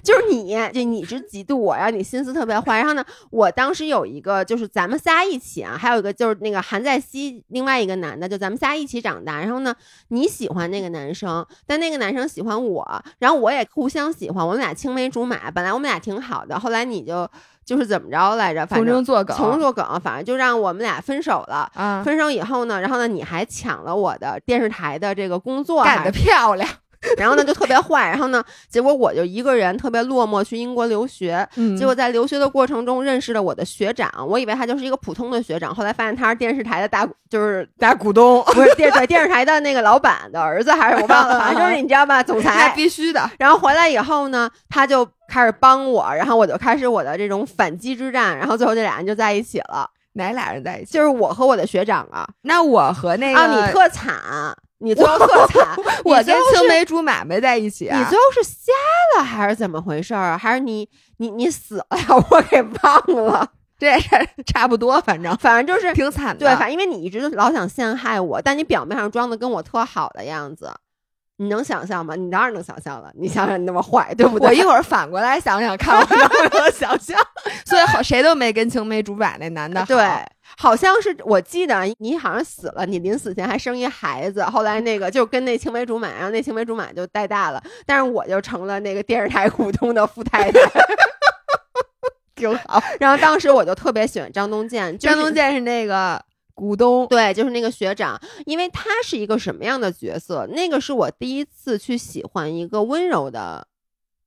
Speaker 2: 就是你，就你是嫉妒我，然后你心思特别坏。然后呢，我当时有一个，就是咱们仨一起啊，还有一个就是那个韩在熙，另外一个男的，就咱们仨一起长大。然后呢，你喜欢那个男生，但那个男生喜欢我，然后我也互相喜欢，我们俩青梅竹马，本来我们俩挺好的，后来你就就是怎么着来着，反
Speaker 1: 从
Speaker 2: 正
Speaker 1: 中作梗，
Speaker 2: 从中梗，反正就让我们俩分手了。
Speaker 1: 啊，
Speaker 2: 分手以后呢，然后呢，你还抢了我的电视台的这个工作，
Speaker 1: 干得漂亮。
Speaker 2: 然后呢就特别坏，然后呢，结果我就一个人特别落寞去英国留学，
Speaker 1: [LAUGHS] 嗯
Speaker 2: 结果在留学的过程中认识了我的学长，我以为他就是一个普通的学长，后来发现他是电视台的大，
Speaker 1: [LAUGHS]
Speaker 2: 就是
Speaker 1: 大股东，
Speaker 2: 不是电对电视台的那个老板的儿子还是我忘了，反正就是你知道吧，总
Speaker 1: 那
Speaker 2: 裁。
Speaker 1: 必须的。
Speaker 2: 然后回来以后呢，他就开始帮我，然后我就开始我的这种反击之战，然后最后这俩人就在一起了。
Speaker 1: 哪俩人在一起？
Speaker 2: 就是我和我的学长啊，
Speaker 1: 那我和那个
Speaker 2: 啊，你特惨，你最后特惨，
Speaker 1: 我
Speaker 2: 你最
Speaker 1: 跟
Speaker 2: 后
Speaker 1: 青
Speaker 2: 是
Speaker 1: 梅竹马没在一起
Speaker 2: 你
Speaker 1: 啊
Speaker 2: 最？后是瞎了还是怎么回事儿啊？还是你你你死了呀？ [LAUGHS] 我给忘了，
Speaker 1: 这差不多，反 [LAUGHS] 正
Speaker 2: 反正就是
Speaker 1: 挺惨的。
Speaker 2: 对，反正因为你一直老想陷害我，但你表面上装的跟我特好的样子，你能想象吗？你当然能想象了，你想想你那么坏，对不对？
Speaker 1: 我一会儿反过来想想看，我能不能想象？ [LAUGHS] 所以好，谁都没跟青梅竹马那男的好
Speaker 2: 对，好像是我记得啊你好像死了，你临死前还生一孩子，后来那个就跟那青梅竹马，然后那青梅竹马就带大了，但是我就成了那个电视台股东的富太 [LAUGHS] 太。
Speaker 1: 挺好。
Speaker 2: 然后当时我就特别喜欢张东健，就是
Speaker 1: 张东健是那个股东，
Speaker 2: 对，就是那个学长，因为他是一个什么样的角色？那个是我第一次去喜欢一个温柔的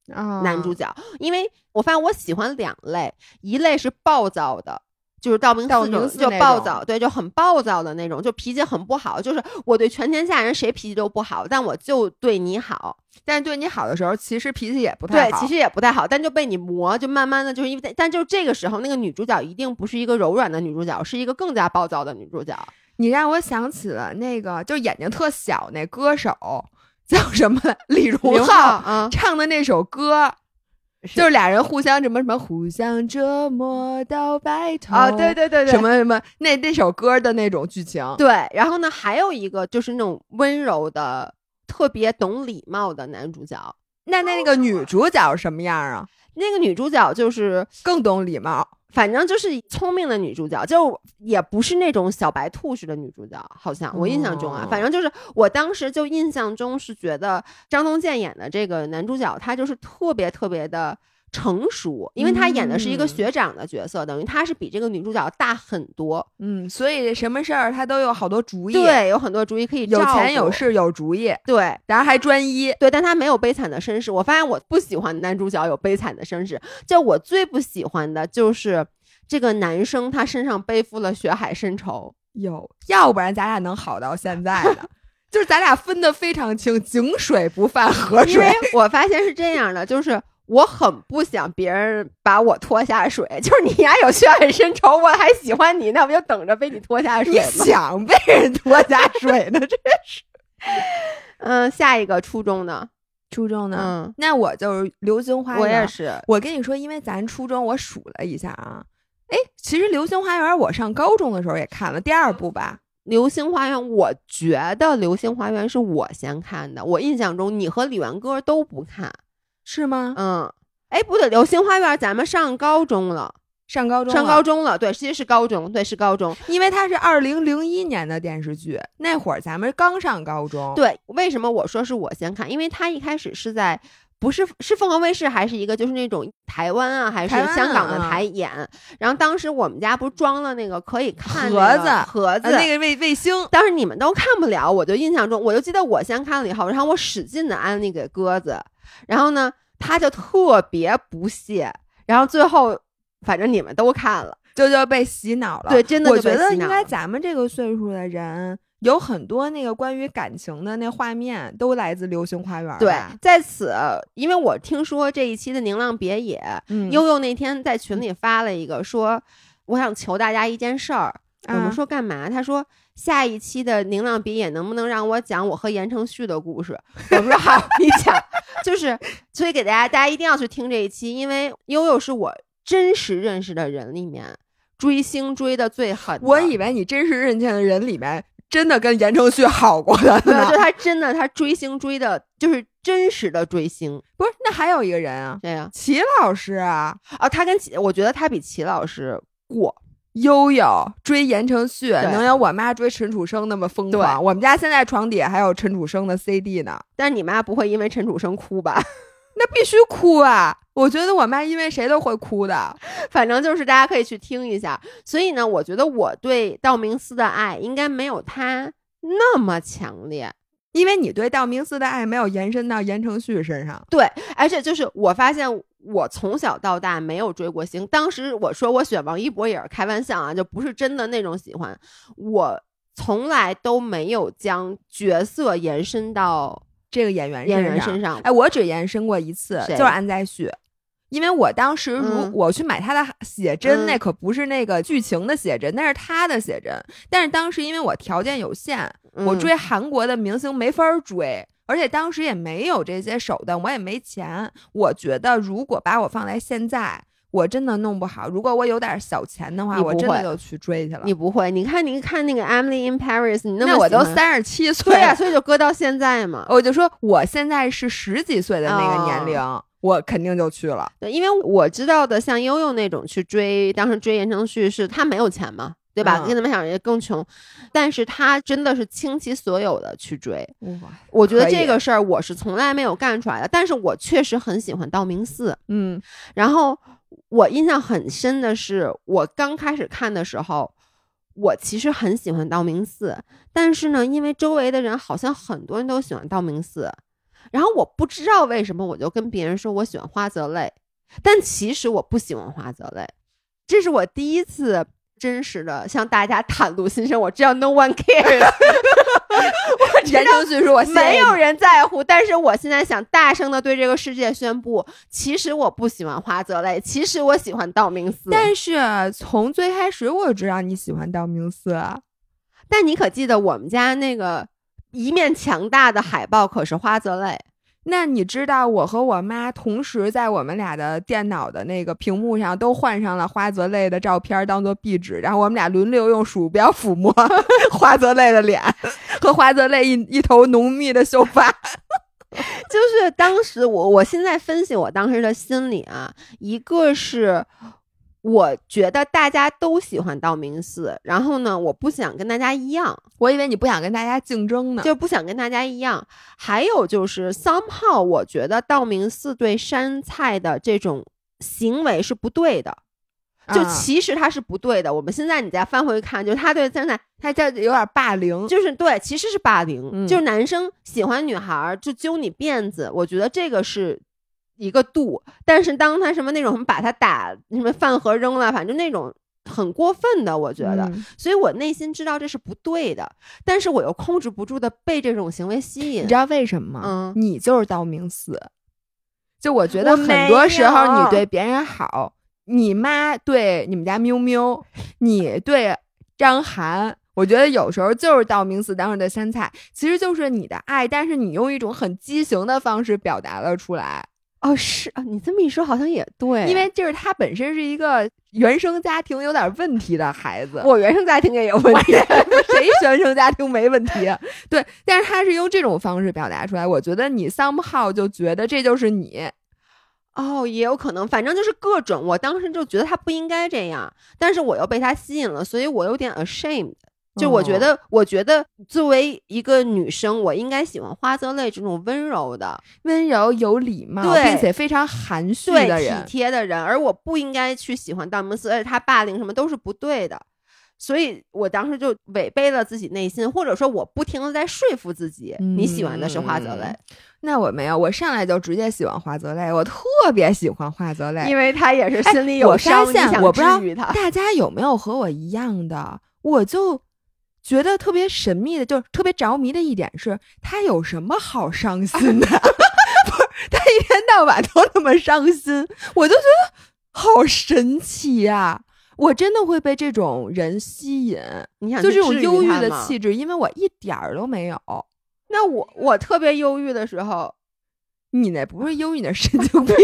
Speaker 2: 男
Speaker 1: 男
Speaker 2: 主角，因为我发现我喜欢两类，一类是暴躁的。就是道明
Speaker 1: 道
Speaker 2: 寺
Speaker 1: 明
Speaker 2: 种
Speaker 1: 寺
Speaker 2: 就
Speaker 1: 那
Speaker 2: 暴
Speaker 1: 种
Speaker 2: 躁，对，就很暴躁的那种，就脾气很不好。就是我对全天下人谁脾气都不好，但我就对你好，
Speaker 1: 但是对你好的时候，其实脾气也不太
Speaker 2: 对，
Speaker 1: 好。
Speaker 2: 其实也不太好，但就被你磨，就慢慢的就是因为，但就这个时候，那个女主角一定不是一个柔软的女主角，是一个更加暴躁的女主角。
Speaker 1: 你让我想起了那个，就眼睛特小那歌手叫什么来？李荣
Speaker 2: 零号
Speaker 1: 浩
Speaker 2: 啊，
Speaker 1: 唱的那首歌，
Speaker 2: 是
Speaker 1: 就是俩人互相什么什么，互相折磨到白头
Speaker 2: 哦，对对对对，
Speaker 1: 什么什么那那首歌的那种剧情。
Speaker 2: 对，然后呢，还有一个就是那种温柔的、特别懂礼貌的男主角。
Speaker 1: 那那那个女主角什么样啊？
Speaker 2: 那个女主角就是，
Speaker 1: 更懂礼貌。
Speaker 2: 反正就是聪明的女主角，就也不是那种小白兔似的女主角，好像我印象中啊，
Speaker 1: 哦
Speaker 2: 反正就是我当时就印象中是觉得张东健演的这个男主角，他就是特别特别的。成熟，因为他演的是一个
Speaker 1: 嗯
Speaker 2: 学长的角色，等于他是比这个女主角大很多。
Speaker 1: 嗯，所以什么事儿他都有好多主意，，
Speaker 2: 对，有很多主意可以
Speaker 1: 有
Speaker 2: 照
Speaker 1: 钱有
Speaker 2: 顾，
Speaker 1: 势有主意，
Speaker 2: 对，
Speaker 1: 然后还专一。
Speaker 2: 对，但他没有悲惨的身世。我发现我不喜欢男主角有悲惨的身世，就我最不喜欢的就是这个男生他身上背负了血海深
Speaker 1: [LAUGHS]
Speaker 2: 仇。
Speaker 1: 有，要不然咱俩能好到现在 [LAUGHS] 呢？就是咱俩分得非常清，井水不犯河
Speaker 2: 因
Speaker 1: 水
Speaker 2: 为。我发现是这样的，就是我很不想别人把我拖下水，就是你呀有血海深仇，我还喜欢你，那不就等着被你拖下水
Speaker 1: 你
Speaker 2: 吗？
Speaker 1: 想被人拖下水呢？这
Speaker 2: 嗯，下一个初中的，
Speaker 1: [LAUGHS] 初中呢？
Speaker 2: 嗯，
Speaker 1: 那我就是流星花园。
Speaker 2: 我也。是，
Speaker 1: 我跟你说，因为咱初中我数了一下啊，哎，其实《流星花园》我上高中的时候也看了第二部吧。
Speaker 2: 《流星花园》，我觉得《流星花园》是我先看的，我印象中你和李元歌都不看。
Speaker 1: 是吗？
Speaker 2: 嗯，哎，不对，《流星花园》咱们上高中了，
Speaker 1: 上高中，
Speaker 2: 上高，中了，对，其实是高中，对，是高中。
Speaker 1: 因为它是二零零一年的电视剧，那会儿咱们刚上高中。，
Speaker 2: 对，为什么我说是我先看？因为他一开始是在。不是是凤凰卫视还是一个就是那种台湾啊还是
Speaker 1: 台湾啊
Speaker 2: 香港的
Speaker 1: 啊
Speaker 2: 台演，然后当时我们家不是装了那个可以看
Speaker 1: 盒
Speaker 2: 那个
Speaker 1: 子
Speaker 2: 盒子、
Speaker 1: 呃，那个卫卫星，
Speaker 2: 当时你们都看不了，我就印象中，我就记得我先看了以后，然后我使劲的安利给鸽子，然后呢，他就特别不屑，然后最后反正你们都看了，
Speaker 1: 就就被洗脑了。
Speaker 2: 对，，真的
Speaker 1: 我
Speaker 2: 就被
Speaker 1: 觉得
Speaker 2: 洗
Speaker 1: 应
Speaker 2: 脑
Speaker 1: 该
Speaker 2: 了
Speaker 1: 咱们这个岁数的人，有很多那个关于感情的那画面都来自《流星花园》
Speaker 2: 对
Speaker 1: 吧，
Speaker 2: 在此，因为我听说这一期的《宁浪别野》
Speaker 1: 嗯，
Speaker 2: 悠悠那天在群里发了一个说，我想求大家一件事儿，我
Speaker 1: 啊
Speaker 2: 们说干嘛？他说下一期的《宁浪别野》能不能让我讲我和言承旭的故事？我说好，你讲。就是，所以给大家，大家一定要去听这一期，因为悠悠是我真实认识的人里面追星追的最狠的。
Speaker 1: 我以为你真实认见的人里面，真的跟言承旭好过的
Speaker 2: 没有，
Speaker 1: 呢
Speaker 2: 啊就。他真的，他追星追的，就是真实的追星，
Speaker 1: 不是，那还有一个人啊，
Speaker 2: 这样
Speaker 1: 齐老师啊，
Speaker 2: 啊。他跟齐，我觉得他比齐老师过，
Speaker 1: 悠悠追言承旭，
Speaker 2: 对
Speaker 1: 能有我妈追陈楚生那么疯狂？我们家现在床底下还有陈楚生的 CD 呢，
Speaker 2: 但是你妈不会因为陈楚生哭吧？ [LAUGHS]
Speaker 1: 那必须哭啊！我觉得我妈因为谁都会哭的。
Speaker 2: 反正就是大家可以去听一下。所以呢，我觉得我对道明寺的爱应该没有他那么强烈。
Speaker 1: 因为你对道明寺的爱没有延伸到言承旭身上，
Speaker 2: 对，而且就是我发现我从小到大没有追过星。当时我说我选王一博也是开玩笑啊，就不是真的那种喜欢。我从来都没有将角色延伸到
Speaker 1: 这个演员
Speaker 2: 演
Speaker 1: 身
Speaker 2: 员
Speaker 1: 上哎
Speaker 2: 身上。
Speaker 1: 哎，我只延伸过一次，
Speaker 2: 谁
Speaker 1: 就是安在旭，因为我当时如
Speaker 2: 嗯
Speaker 1: 我去买他的写真，
Speaker 2: 嗯
Speaker 1: 那可不是那个剧情的写真，那是他的写真。但是当时因为我条件有限，我
Speaker 2: 嗯
Speaker 1: 追韩国的明星没法儿追，而且当时也没有这些手段，我也没钱。我觉得如果把我放在现在，我真的弄不好。如果我有点小钱的话，
Speaker 2: 你
Speaker 1: 我
Speaker 2: 不
Speaker 1: 真的
Speaker 2: 会
Speaker 1: 就去追去了。
Speaker 2: 你不会，你看你看那个《Emily in Paris》，你
Speaker 1: 那
Speaker 2: 么
Speaker 1: 我都
Speaker 2: 喜欢
Speaker 1: 三十七岁
Speaker 2: 对呀、
Speaker 1: 了，
Speaker 2: 所以就搁到现在嘛。
Speaker 1: 我就说我现在是十几岁的那个年龄，我肯定就去了。
Speaker 2: 对，因为我知道的，像悠悠那种去追，当时追言承旭是他没有钱嘛，对吧？
Speaker 1: 嗯
Speaker 2: 跟他们想也更穷，但是他真的是倾其所有的去追。
Speaker 1: 哇，
Speaker 2: 我觉得
Speaker 1: 可以
Speaker 2: 这个事儿我是从来没有干出来的，但是我确实很喜欢道明寺。
Speaker 1: 嗯
Speaker 2: 然后我印象很深的是，我刚开始看的时候，我其实很喜欢道明寺，但是呢，因为周围的人好像很多人都喜欢道明寺，然后我不知道为什么，我就跟别人说我喜欢花泽类，但其实我不喜欢花泽类，这是我第一次。真实的向大家袒露心声，我知道 no one cares， [LAUGHS]
Speaker 1: 言承旭 [LAUGHS] 说我谢谢
Speaker 2: 没有
Speaker 1: 你
Speaker 2: 人在乎。但是我现在想大声的对这个世界宣布，其实我不喜欢花泽类，其实我喜欢道明寺。
Speaker 1: 但是从最开始我就知道你喜欢道明啊寺，
Speaker 2: 但你可记得我们家那个一面墙大的海报可是花泽类？
Speaker 1: 那你知道我和我妈同时在我们俩的电脑的那个屏幕上都换上了花泽类的照片当做壁纸，然后我们俩轮流用鼠标抚摸 [LAUGHS] 花泽类的脸和花泽类一一头浓密的秀发。
Speaker 2: 就是当时我，我现在分析我当时的心理啊，一个是我觉得大家都喜欢道明寺，然后呢，我不想跟大家一样，
Speaker 1: [LAUGHS] 我以为你不想跟大家竞争呢， [LAUGHS]
Speaker 2: 就不想跟大家一样。还有就是 somehow，我觉得道明寺对山菜的这种行为是不对的。就
Speaker 1: 嗯
Speaker 2: 其实它是不对的，我们现在你再翻回去看，就是他对山菜，
Speaker 1: 他这有点霸凌。
Speaker 2: 就是对，其实是霸凌，
Speaker 1: 嗯
Speaker 2: 就是男生喜欢女孩儿就揪你辫子，我觉得这个是一个度，但是当他什么那种什么把他打什么饭盒扔了，反正那种很过分的，我觉得，
Speaker 1: 嗯
Speaker 2: 所以我内心知道这是不对的，但是我又控制不住的被这种行为吸
Speaker 1: 你
Speaker 2: 引
Speaker 1: 知。道为什么吗？
Speaker 2: 嗯
Speaker 1: 你就是道明寺。就我觉得
Speaker 2: 我
Speaker 1: 很
Speaker 2: 没
Speaker 1: 多时候
Speaker 2: 有
Speaker 1: 你对别人好，你妈对你们家喵喵，你对张涵。我觉得有时候就是道明寺当时的山菜，其实就是你的爱，但是你用一种很畸形的方式表达了出来，
Speaker 2: 哦，是啊，你这么一说好像也对，
Speaker 1: 因为这是他本身是一个原生家庭有点问题的孩子。
Speaker 2: 我原生家庭也有问题。 [LAUGHS]
Speaker 1: 谁原生家庭没问题？啊对，但是他是用这种方式表达出来，我觉得你 somehow 就觉得这就是你，
Speaker 2: 哦，也有可能，反正就是各种。我当时就觉得他不应该这样，但是我又被他吸引了，所以我有点 ashamed。就我觉得，我觉得作为一个女生，我应该喜欢花泽类这种温柔的、
Speaker 1: 温柔有礼貌，
Speaker 2: 对
Speaker 1: 并且非常含蓄
Speaker 2: 对
Speaker 1: 的
Speaker 2: 体
Speaker 1: 人。
Speaker 2: 贴的人，而我不应该去喜欢道明寺，而且他霸凌什么都是不对的。所以我当时就违背了自己内心，或者说我不停的在说服自己，你喜欢的是花泽类，
Speaker 1: 那嗯我没有，我上来就直接喜欢花泽类，我特别喜欢花泽类。
Speaker 2: 因为他也是心
Speaker 1: 哎
Speaker 2: 里有
Speaker 1: 我
Speaker 2: 伤，
Speaker 1: 发
Speaker 2: 你
Speaker 1: 现
Speaker 2: 想
Speaker 1: 我不知道
Speaker 2: 治愈他。
Speaker 1: 大家有没有和我一样的？我就觉得特别神秘的，就是特别着迷的一点是，他有什么好伤心
Speaker 2: [LAUGHS]
Speaker 1: 的？不是，他一天到晚都那么伤心，我就觉得好神奇呀、我真的会被这种人吸引，
Speaker 2: 你想
Speaker 1: 就
Speaker 2: 去
Speaker 1: 这种
Speaker 2: 治愈
Speaker 1: 忧郁
Speaker 2: 他
Speaker 1: 的
Speaker 2: 吗
Speaker 1: 气质，因为我一点儿都没有。
Speaker 2: 那我我特别忧郁的时候，
Speaker 1: 你那不是忧郁，你那是
Speaker 2: [LAUGHS]
Speaker 1: 神经病。 [LAUGHS] 就是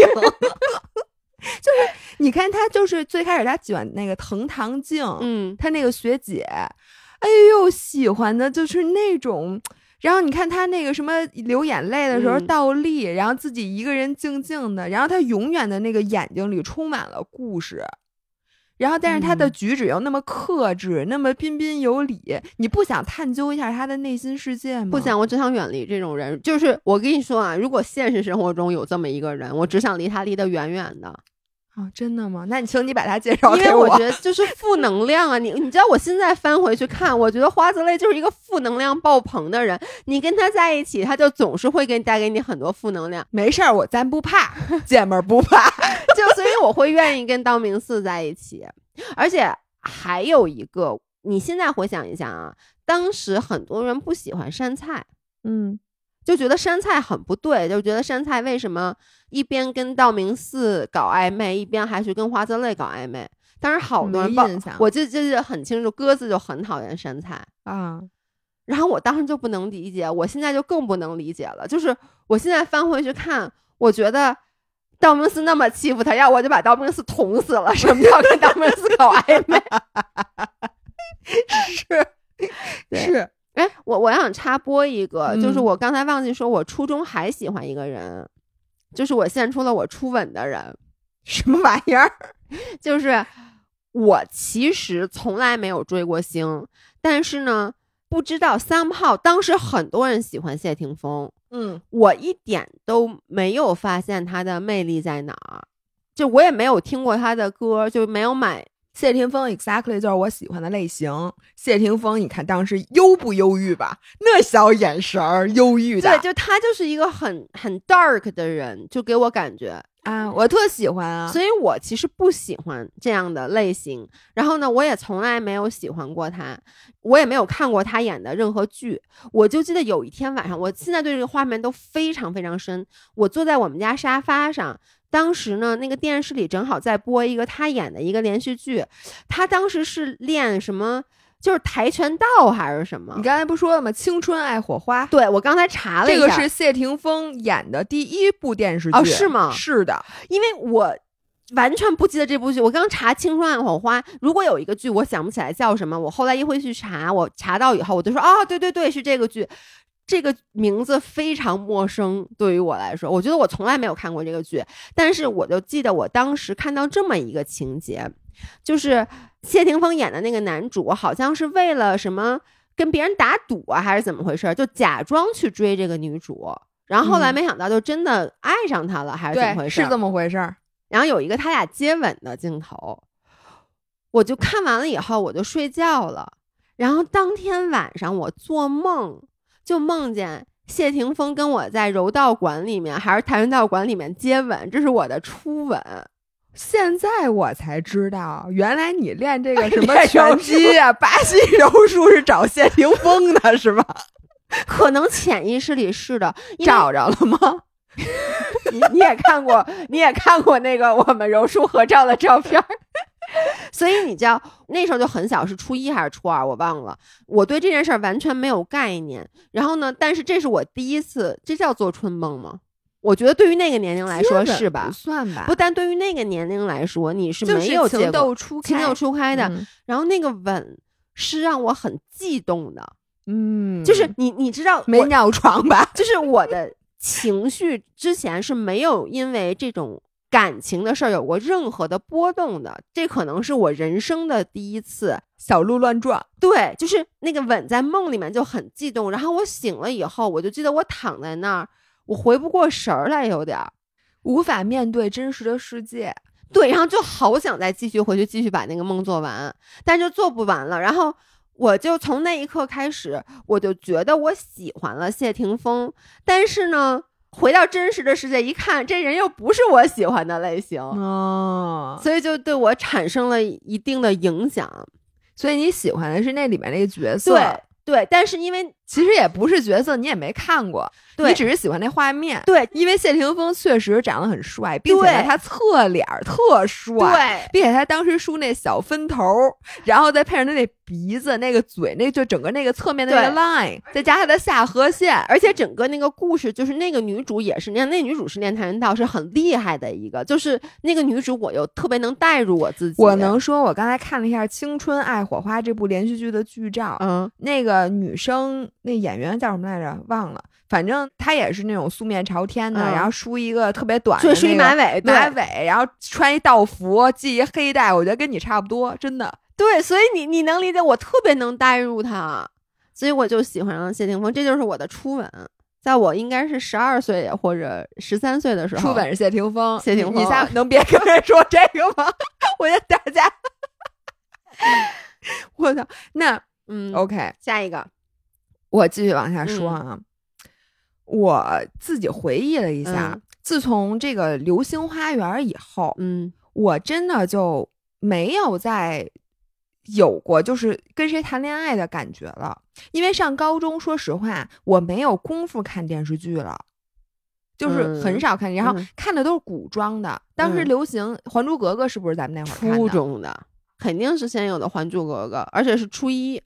Speaker 1: 你看他，就是最开始他喜欢那个藤堂静，
Speaker 2: 嗯，
Speaker 1: 他那个学姐，哎呦，喜欢的就是那种。然后你看他那个什么流眼泪的时候
Speaker 2: 嗯
Speaker 1: 倒立，然后自己一个人静静的，然后他永远的那个眼睛里充满了故事，然后但是他的
Speaker 2: 嗯
Speaker 1: 举止又那么克制，那么彬彬有礼，你不想探究一下他的内心世界吗？
Speaker 2: 不想，我只想远离这种人。就是我跟你说啊，如果现实生活中有这么一个人，我只想离他离得远远的，
Speaker 1: 啊，真的吗？那你请你把他介绍
Speaker 2: 因
Speaker 1: 给，
Speaker 2: 为觉得就是负能量啊。你你知道，我现在翻回去看，我觉得花泽类就是一个负能量爆棚的人。你跟他在一起，他就总是会给你带给你很多负能量
Speaker 1: 没事儿，我咱不怕，姐们儿不怕。
Speaker 2: 就所以我会愿意跟道明寺在一起。而且还有一个，你现在回想一下啊，当时很多人不喜欢山菜。
Speaker 1: 嗯，
Speaker 2: 就觉得山菜很不对，就觉得山菜为什么一边跟道明寺搞暧昧，一边还去跟花泽类搞暧昧？当时好多人
Speaker 1: 没
Speaker 2: 报
Speaker 1: 印象，
Speaker 2: 我记记得很清楚，鸽子就很讨厌山菜， [LAUGHS]
Speaker 1: 啊，
Speaker 2: 然后我当时就不能理解，我现在就更不能理解了。就是我现在翻回去看，我觉得道明寺那么欺负他，要我就把道明寺捅死了。什么叫跟道明寺搞暧昧？ [LAUGHS] 对
Speaker 1: 是
Speaker 2: 哎，我我想插播一个，就是
Speaker 1: 嗯
Speaker 2: 我刚才忘记说，我初中还喜欢一个人，就是我现出了我初吻的人，
Speaker 1: 什么玩意儿？
Speaker 2: 就是我其实从来没有追过星，但是呢，不知道 somehow 当时很多人喜欢谢霆锋，
Speaker 1: 嗯，
Speaker 2: 我一点都没有发现他的魅力在哪儿，就我也没有听过他的歌，就没有买
Speaker 1: 谢霆锋 exactly 就是我喜欢的类型。谢霆锋，你看当时忧不忧郁吧？那小眼神儿，忧郁的。
Speaker 2: 对，就他就是一个很很 dark 的人，就给我感觉，
Speaker 1: 啊，我特喜欢啊。
Speaker 2: 所以我其实不喜欢这样的类型。然后呢，我也从来没有喜欢过他，我也没有看过他演的任何剧。我就记得有一天晚上，我现在对这个画面都非常非常深。我坐在我们家沙发上。当时呢，那个电视里正好在播一个他演的一个连续剧，他当时是练什么，就是跆拳道还是什么
Speaker 1: 你？刚才不说了吗？《青春爱火花》
Speaker 2: 对我刚才查了一
Speaker 1: 这
Speaker 2: 下，
Speaker 1: 个是谢霆锋演的第一部电视剧
Speaker 2: 哦是吗
Speaker 1: 是的，
Speaker 2: 因为我完全不记得这部剧。我刚查《青春暗火花》，如果有一个剧我想不起来叫什么，我后来一会去查，我查到以后我就说，哦，对对对，是这个剧。这个名字非常陌生，对于我来说，我觉得我从来没有看过这个剧，但是我就记得我当时看到这么一个情节，就是谢霆锋演的那个男主，好像是为了什么跟别人打赌啊，还是怎么回事儿，就假装去追这个女主，然后后来
Speaker 1: 嗯
Speaker 2: 没想到就真的爱上她了，还是怎么
Speaker 1: 对，
Speaker 2: 回事儿？
Speaker 1: 是这么回事儿。
Speaker 2: 然后有一个他俩接吻的镜头，我就看完了以后我就睡觉了。然后当天晚上我做梦就梦见谢霆锋跟我在柔道馆里面还是跆拳道馆里面接吻，这是我的初吻。
Speaker 1: 现在我才知道，原来你练这个什么
Speaker 2: [LAUGHS] 练柔
Speaker 1: 拳
Speaker 2: 术
Speaker 1: 击啊、 [LAUGHS] 巴西柔术是找谢霆锋的，是吧？
Speaker 2: 可能潜意识里是的，因为
Speaker 1: 找着了吗？
Speaker 2: 你你也看过，你也看过那个我们柔术合照的照片儿。 [LAUGHS] 所以你知道那时候就很小，是初一还是初二，我忘了。我对这件事儿完全没有概念。然后呢，但是这是我第一次，这叫做春梦吗？我觉得对于那个年龄来说
Speaker 1: 接吻
Speaker 2: 是吧
Speaker 1: 不？算吧，
Speaker 2: 不但对于那个年龄来说，你是
Speaker 1: 就是
Speaker 2: 没有
Speaker 1: 情
Speaker 2: 结
Speaker 1: 窦
Speaker 2: 果
Speaker 1: 初
Speaker 2: 情
Speaker 1: 开
Speaker 2: 窦初开的。
Speaker 1: 嗯
Speaker 2: 然后那个吻是让我很悸动的，
Speaker 1: 嗯，
Speaker 2: 就是你你知道
Speaker 1: 没
Speaker 2: 我
Speaker 1: 尿床吧？ [LAUGHS]
Speaker 2: 就是我的情绪之前是没有因为这种感情的事儿有过任何的波动的，这可能是我人生的第一次。
Speaker 1: 小鹿乱撞，
Speaker 2: 对，就是那个吻在梦里面就很悸动，然后我醒了以后，我就记得我躺在那儿，我回不过神儿来，有点儿。
Speaker 1: 无法面对真实的世界。
Speaker 2: 对，然后就好想再继续回去继续把那个梦做完，但就做不完了。然后我就从那一刻开始，我就觉得我喜欢了谢霆锋，但是呢，回到真实的世界一看，这人又不是我喜欢的类型，
Speaker 1: 嗯哦，
Speaker 2: 所以就对我产生了一定的影响。
Speaker 1: 所以你喜欢的是那里面那个角色，
Speaker 2: 对对，但是因为
Speaker 1: 其实也不是角色，你也没看过，
Speaker 2: 对
Speaker 1: 你只是喜欢那画面。
Speaker 2: 对
Speaker 1: 因为谢霆锋确实长得很帅，并且
Speaker 2: 对
Speaker 1: 呢他侧脸儿特帅，并
Speaker 2: 对
Speaker 1: 且他当时梳那小分头儿，然后再配上他那鼻子、那个嘴，那就整个那个侧面的那个 line，再加他的下颌线，
Speaker 2: 而且整个那个故事，就是那个女主也是那样，那女主是练跆拳道，是很厉害的一个。就是那个女主，我又特别能带入我自己。
Speaker 1: 我能说，我刚才看了一下《青春爱火花》这部连续剧的剧照，
Speaker 2: 嗯，
Speaker 1: 那个女生那演员叫什么来着？忘了，反正她也是那种素面朝天的，
Speaker 2: 嗯
Speaker 1: 然后梳一个特别短的、
Speaker 2: 就
Speaker 1: 那
Speaker 2: 是一
Speaker 1: 个
Speaker 2: 马尾，对
Speaker 1: 马尾，然后穿一道服，系一黑带，我觉得跟你差不多，真的。
Speaker 2: 对，所以你你能理解，我特别能代入他，所以我就喜欢上谢霆锋，这就是我的初吻，在我应该是十二岁或者十三岁的时候，
Speaker 1: 初吻是谢霆锋，
Speaker 2: 谢霆锋
Speaker 1: 你下能别跟人说这个吗？ [LAUGHS] 我觉得大家，我操，那
Speaker 2: 嗯
Speaker 1: OK，
Speaker 2: 下一个，
Speaker 1: 我继续往下说
Speaker 2: 嗯
Speaker 1: 啊，我自己回忆了一下，
Speaker 2: 嗯
Speaker 1: 自从这个《流星花园》以后，
Speaker 2: 嗯
Speaker 1: 我真的就没有再有过就是跟谁谈恋爱的感觉了，因为上高中，说实话我没有功夫看电视剧了。就是很
Speaker 2: 嗯
Speaker 1: 少看，然后
Speaker 2: 嗯
Speaker 1: 看的都是古装的。当时
Speaker 2: 嗯
Speaker 1: 流行《还珠格格》，是不是咱们那会儿看
Speaker 2: 初
Speaker 1: 的
Speaker 2: 中的肯定是先有的《还珠格格》，而且是初一，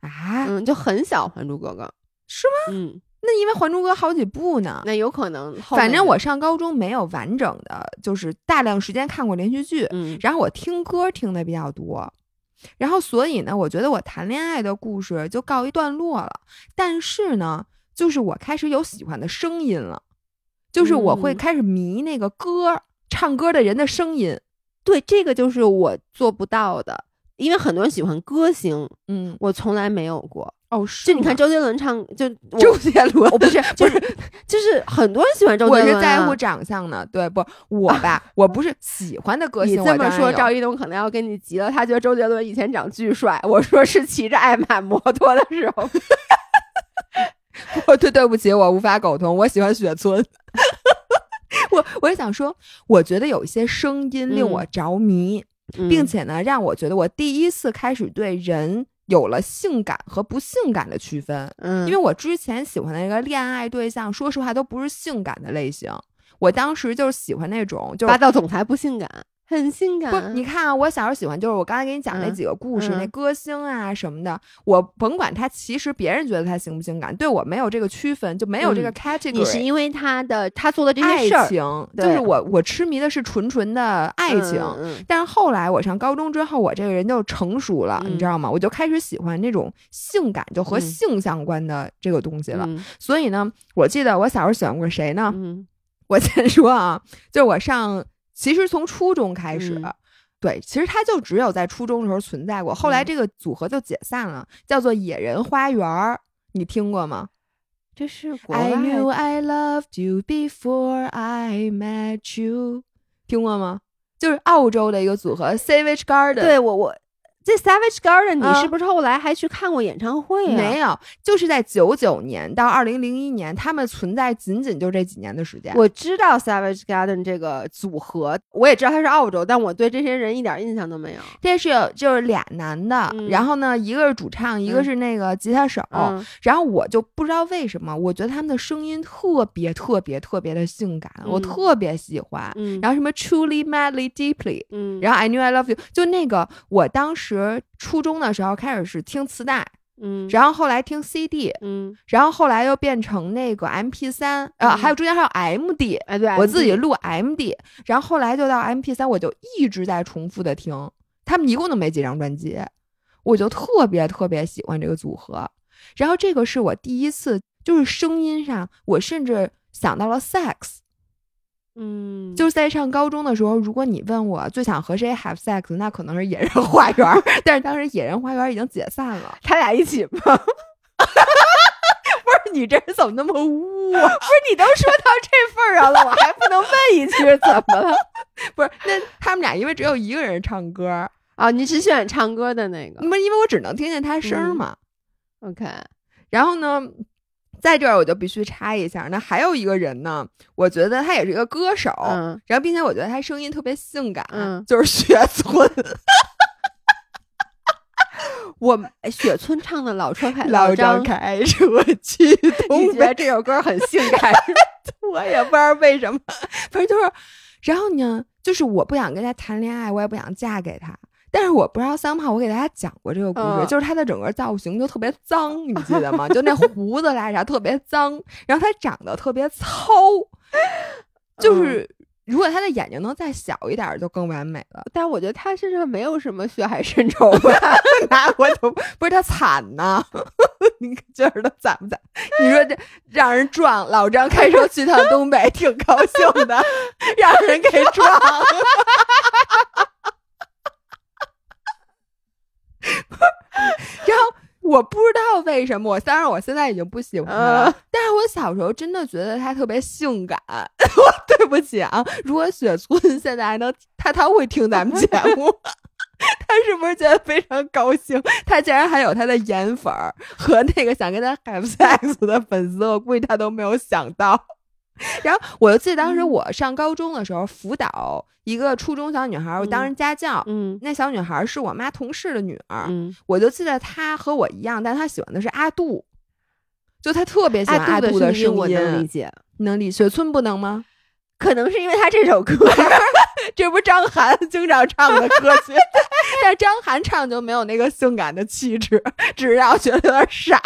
Speaker 1: 啊？
Speaker 2: 嗯，就很小，《还珠格格》
Speaker 1: 是
Speaker 2: 吗？嗯，
Speaker 1: 那因为《还珠格格》好几部呢，
Speaker 2: 那有可能后面的。
Speaker 1: 反正我上高中没有完整的，就是大量时间看过连续剧，
Speaker 2: 嗯
Speaker 1: 然后我听歌听的比较多，然后所以呢，我觉得我谈恋爱的故事就告一段落了。但是呢，就是我开始有喜欢的声音了，就是我会
Speaker 2: 嗯
Speaker 1: 开始迷那个歌儿，唱歌的人的声音。
Speaker 2: 对这个就是我做不到的，因为很多人喜欢歌星，
Speaker 1: 嗯，
Speaker 2: 我从来没有过。
Speaker 1: 哦，是
Speaker 2: 就你看
Speaker 1: 吗
Speaker 2: 周杰伦唱，就我
Speaker 1: 周杰伦，
Speaker 2: [LAUGHS] 我不是
Speaker 1: 不
Speaker 2: 就是是就是很多人喜欢周
Speaker 1: 我
Speaker 2: 杰
Speaker 1: 是
Speaker 2: 伦、啊，
Speaker 1: 在乎长相呢，对不？我吧，我不是喜欢的歌
Speaker 2: 你
Speaker 1: 星。
Speaker 2: 这
Speaker 1: 我当
Speaker 2: 么
Speaker 1: 然
Speaker 2: 说，
Speaker 1: 有
Speaker 2: 赵一东可能要跟你急了。他觉得周杰伦以前长巨帅，我说是骑着爱玛摩托的时候。
Speaker 1: [LAUGHS] 我对对不起，我无法苟同。我喜欢雪村。 [LAUGHS] 我我是想说，我觉得有一些声音令
Speaker 2: 嗯
Speaker 1: 我着迷，并且呢，让我觉得我第一次开始对人有了性感和不性感的区分。
Speaker 2: 嗯，
Speaker 1: 因为我之前喜欢的那个恋爱对象，说实话都不是性感的类型。我当时就是喜欢那种，就是
Speaker 2: 霸道总裁不性感，很性感。
Speaker 1: 不，你看啊，我小时候喜欢就是我刚才给你讲那
Speaker 2: 嗯
Speaker 1: 几个故事，那
Speaker 2: 嗯
Speaker 1: 歌星啊什么的，我甭管他其实别人觉得他性不性感，对我没有这个区分，就没有这个
Speaker 2: 嗯
Speaker 1: category。
Speaker 2: 你是因为他的他做的这
Speaker 1: 爱
Speaker 2: 些事儿，
Speaker 1: 情，就
Speaker 2: 对
Speaker 1: 是我我痴迷的是纯纯的爱情。
Speaker 2: 嗯
Speaker 1: 但是后来我上高中之后，我这个人就成熟了，你知
Speaker 2: 嗯
Speaker 1: 道吗？我就开始喜欢那种性感，就和
Speaker 2: 嗯
Speaker 1: 性相关的这个东西了。
Speaker 2: 嗯
Speaker 1: 所以呢，我记得我小时候喜欢过谁呢？
Speaker 2: 嗯
Speaker 1: 我先说啊，就是我上，其实从初中开始，
Speaker 2: 嗯
Speaker 1: 对，其实它就只有在初中的时候存在过，后来
Speaker 2: 嗯
Speaker 1: 这个组合就解散了，叫做野人花园儿。你听过吗
Speaker 2: 这是国
Speaker 1: ？I
Speaker 2: 哎外
Speaker 1: knew I loved you before I met you，听过吗？就是澳洲的一个组合 Savage Garden。
Speaker 2: 对啊我我这 Savage Garden，
Speaker 1: 啊
Speaker 2: 你是不是后来还去看过演唱会啊？
Speaker 1: 没有，就是在九九年到二零零一年，他们存在仅仅就这几年的时间。
Speaker 2: 我知道 Savage Garden 这个组合，我也知道他是澳洲，但我对这些人一点印象都没有。
Speaker 1: 这是有就是俩男的，
Speaker 2: 嗯
Speaker 1: 然后呢，一个是主唱，一个
Speaker 2: 嗯
Speaker 1: 是那个吉他手。
Speaker 2: 嗯，
Speaker 1: 然后我就不知道为什么，我觉得他们的声音特别特别特别的性感，我
Speaker 2: 嗯
Speaker 1: 特别喜欢。
Speaker 2: 嗯
Speaker 1: 然后什么 truly madly deeply，
Speaker 2: 嗯，
Speaker 1: 然后 I knew I love you，就那个我当时初中的时候开始是听磁带，
Speaker 2: 嗯，
Speaker 1: 然后后来听 CD，
Speaker 2: 嗯，
Speaker 1: 然后后来又变成那个 MP 三，呃，
Speaker 2: 嗯
Speaker 1: 还有中间还有 MD，
Speaker 2: 哎对，
Speaker 1: 我自己
Speaker 2: MD
Speaker 1: 录 MD，然后后来就到 MP 三，我就一直在重复的听，他们一共都没几张专辑，我就特别特别喜欢这个组合。然后这个是我第一次，就是声音上，我甚至想到了 sex，
Speaker 2: 嗯， [LAUGHS]
Speaker 1: 就是在上高中的时候，如果你问我最想和谁 have sex，那可能是野人花园儿， [LAUGHS] 但是当时野人花园已经解散了。
Speaker 2: 他俩一起吗？不
Speaker 1: 不是你这人怎么那么污 [LAUGHS] 啊？
Speaker 2: 是你都说到这份儿上了，我还不能问一句怎么 [LAUGHS] 了？
Speaker 1: 不是，那他们俩因为只有一个人唱歌，
Speaker 2: 啊，你只喜欢唱歌的那个
Speaker 1: 那么因为我只能听见他声儿
Speaker 2: 嗯
Speaker 1: 嘛。
Speaker 2: ，OK，
Speaker 1: 然后呢，在这儿我就必须插一下，那还有一个人呢，我觉得他也是一个歌手，
Speaker 2: 嗯
Speaker 1: 然后并且我觉得他声音特别性感，
Speaker 2: 嗯
Speaker 1: 就是 [LAUGHS] 雪村
Speaker 2: 我哎雪村唱的《老 [LAUGHS] 车牌》
Speaker 1: 张
Speaker 2: 张，
Speaker 1: 开车去
Speaker 2: 你
Speaker 1: 东
Speaker 2: 觉得
Speaker 1: 北，
Speaker 2: 这首歌很性 [LAUGHS] 感？
Speaker 1: 我也不知道为什么，反正就是，然后呢，就是我不想跟他谈恋爱，我也不想嫁给他。但是我不知道桑胖，我给大家讲过这个故事，
Speaker 2: 嗯
Speaker 1: 就是他的整个造型都特别脏，你记得吗？就那胡子啦啥特别脏，然后他长得特别糙， [LAUGHS] 就是如果他的眼睛能再小一点，就更完美了。
Speaker 2: 但我觉得他身上没有什么血海深仇吧？
Speaker 1: 那我都不是他惨呐、 [LAUGHS] 你觉得他惨不惨？你说这让人撞，老张开车去趟东北，挺高兴的，让人给撞。 [LAUGHS] 然后我不知道为什么，我当然我现在已经不喜欢他了，
Speaker 2: 嗯
Speaker 1: 但是我小时候真的觉得他特别性感。我对不起啊， [LAUGHS] 如果雪村现在还能，他他会听咱们节目。 [LAUGHS] 他是不是觉得非常高兴？他竟然还有他的颜粉儿和那个想跟他 have sex 的粉丝，我估计他都没有想到。 [LAUGHS] 然后我就记得当时我上高中的时候，辅导一个初中小女孩，我当时家教。
Speaker 2: 嗯
Speaker 1: 那小女孩是我妈同事的女儿，
Speaker 2: 嗯，
Speaker 1: 我就记得她和我一样，但她喜欢的是阿杜，就她特别喜欢
Speaker 2: 阿
Speaker 1: 阿
Speaker 2: 杜
Speaker 1: 杜的
Speaker 2: 声
Speaker 1: 声
Speaker 2: 我能理
Speaker 1: 音。
Speaker 2: 解，
Speaker 1: 能理雪村不能吗？
Speaker 2: 可能是因为他这首歌
Speaker 1: 这不是张涵经常唱的歌 [LAUGHS] 曲，但是张涵唱就没有那个性感的气质， [LAUGHS] 只是让我觉得有点傻。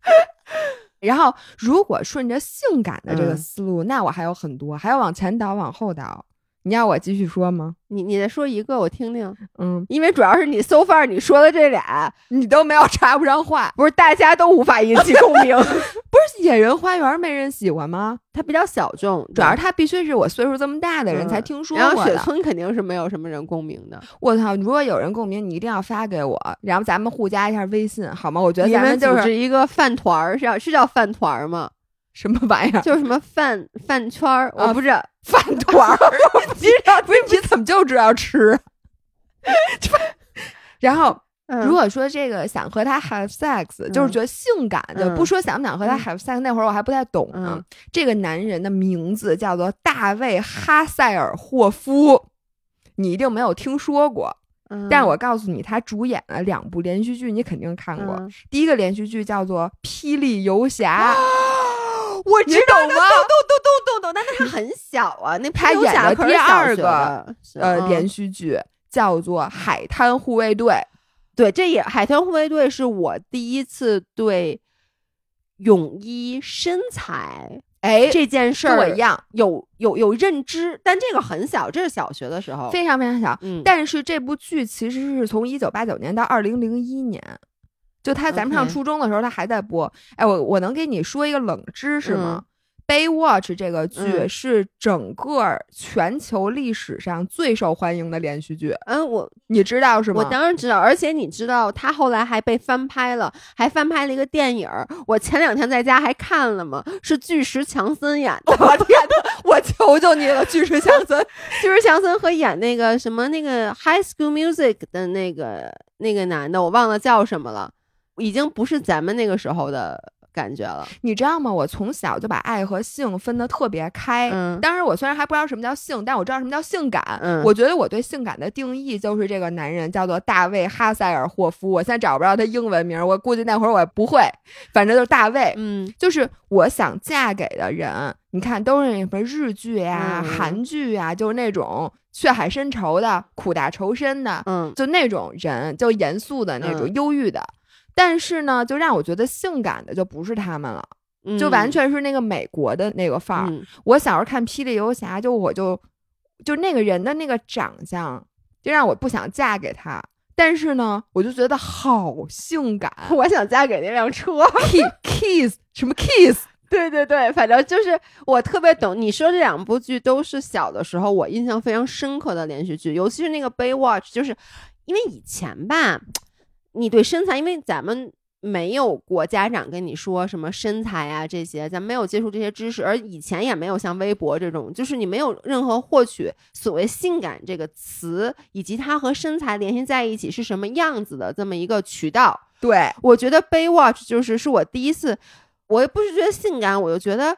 Speaker 1: [LAUGHS] 然后，如果顺着性感的这个
Speaker 2: 嗯
Speaker 1: 思路，那我还有很多，还要往前倒，往后倒。你要我继续说吗？
Speaker 2: 你你再说一个我听听，
Speaker 1: 嗯，
Speaker 2: 因为主要是你 so far 你说的这俩，
Speaker 1: 你都没有插不上话。
Speaker 2: 不是大家都无法引起共鸣， [LAUGHS]
Speaker 1: 不是《野人花园》没人喜欢吗？
Speaker 2: 它比较小众，
Speaker 1: 主要是它必须是我岁数这么大的人才听说
Speaker 2: 然
Speaker 1: 过
Speaker 2: 后雪
Speaker 1: 的。
Speaker 2: 村肯定是没有什么人共鸣的，
Speaker 1: 我操！如果有人共鸣，你一定要发给我，然后咱们互加一下微信好吗？我觉得
Speaker 2: 你
Speaker 1: 咱
Speaker 2: 们
Speaker 1: 们就
Speaker 2: 组
Speaker 1: 是
Speaker 2: 织一个饭团儿，是叫是叫饭团儿吗？
Speaker 1: 什么玩意儿？
Speaker 2: 就是什么饭饭圈儿，我
Speaker 1: 啊
Speaker 2: 不知道。
Speaker 1: 饭团儿， [LAUGHS] 你不是你怎么就知道吃？ [LAUGHS] 然后，
Speaker 2: 嗯
Speaker 1: 如果说这个想和他 have sex，、就是觉得性感的，
Speaker 2: 嗯
Speaker 1: 不说想不想和他 have sex，、那会儿我还不太懂呢。
Speaker 2: 嗯
Speaker 1: 这个男人的名字叫做大卫·哈塞尔霍夫，你一定没有听说过，
Speaker 2: 嗯
Speaker 1: 但我告诉你，他主演了两部连续剧，你肯定看过。
Speaker 2: 嗯
Speaker 1: 第一个连续剧叫做《霹雳游侠》，
Speaker 2: 我
Speaker 1: 你懂吗？
Speaker 2: 懂懂懂，但是他很小啊，那
Speaker 1: 他
Speaker 2: 皮尤
Speaker 1: 演
Speaker 2: 侠
Speaker 1: 了
Speaker 2: 可
Speaker 1: 第
Speaker 2: 是小
Speaker 1: 二
Speaker 2: 学
Speaker 1: 个
Speaker 2: 的是
Speaker 1: 呃，
Speaker 2: 嗯
Speaker 1: 连续剧叫做《海滩护卫队》。
Speaker 2: 对，这也海豚护卫队是我第一次对泳衣身材
Speaker 1: 哎，
Speaker 2: 这件事
Speaker 1: 跟我
Speaker 2: 儿
Speaker 1: 一样，
Speaker 2: 有有有认知，但这个很小，这是小学的时候。
Speaker 1: 非常非常小。
Speaker 2: 嗯，
Speaker 1: 但是这部剧其实是从一九八九年到二零零一年，就他咱们上
Speaker 2: OK
Speaker 1: 初中的时候，他还在播。哎，我我能给你说一个冷知识吗？Baywatch》这个剧
Speaker 2: 嗯
Speaker 1: 是整个全球历史上最受欢迎的连续剧，
Speaker 2: 嗯，我
Speaker 1: 你知道是吗？。
Speaker 2: 我当然知道，而且你知道，他后来还被翻拍了，还翻拍了一个电影儿。我前两天在家还看了嘛，是巨石强森演的
Speaker 1: [LAUGHS] 我天哪！我求求你了，巨石强森。
Speaker 2: 巨石强森和演那个什么那个《High School Music》的那个那个男的，我忘了叫什么了，已经不是咱们那个时候的感觉了。
Speaker 1: 你知道吗？我从小就把爱和性分得特别
Speaker 2: [LAUGHS]
Speaker 1: 开。
Speaker 2: 嗯
Speaker 1: 当然，我虽然还不知道什么叫性，但我知道什么叫性感。
Speaker 2: 嗯
Speaker 1: 我觉得我对性感的定义就是这个男人叫做大卫·哈塞尔霍夫。我现在找不着他英文名，我估计那会儿我也不会，反正就是大卫。
Speaker 2: 嗯
Speaker 1: 就是我想嫁给的人，你看都是什么日剧呀、
Speaker 2: 嗯
Speaker 1: 韩剧呀，就是那种血海深仇的、苦大仇深的，
Speaker 2: 嗯
Speaker 1: 就那种人，就严肃的那种、
Speaker 2: 嗯
Speaker 1: 忧郁的。但是呢，就让我觉得性感的就不是他们了，
Speaker 2: 嗯，
Speaker 1: 就完全是那个美国的那个范儿。
Speaker 2: 嗯
Speaker 1: 我小时候看《霹雳游侠》，就我就就那个人的那个长相，就让我不想嫁给他。但是呢，我就觉得好性感
Speaker 2: [LAUGHS] 我想嫁给那辆车。
Speaker 1: ，kiss kiss 什么 kiss，
Speaker 2: [LAUGHS] 对对对，反正就是我特别懂你说这两部剧都是小的时候我印象非常深刻的连续剧，尤其是那个《Baywatch》，就是因为以前吧，你对身材，因为咱们没有过家长跟你说什么身材啊这些，咱没有接触这些知识，而以前也没有像微博这种，就是你没有任何获取所谓“性感”这个词以及它和身材联系在一起是什么样子的这么一个渠道。
Speaker 1: 对，
Speaker 2: 我觉得《Baywatch》就是是我第一次，我也不是觉得性感，我就觉得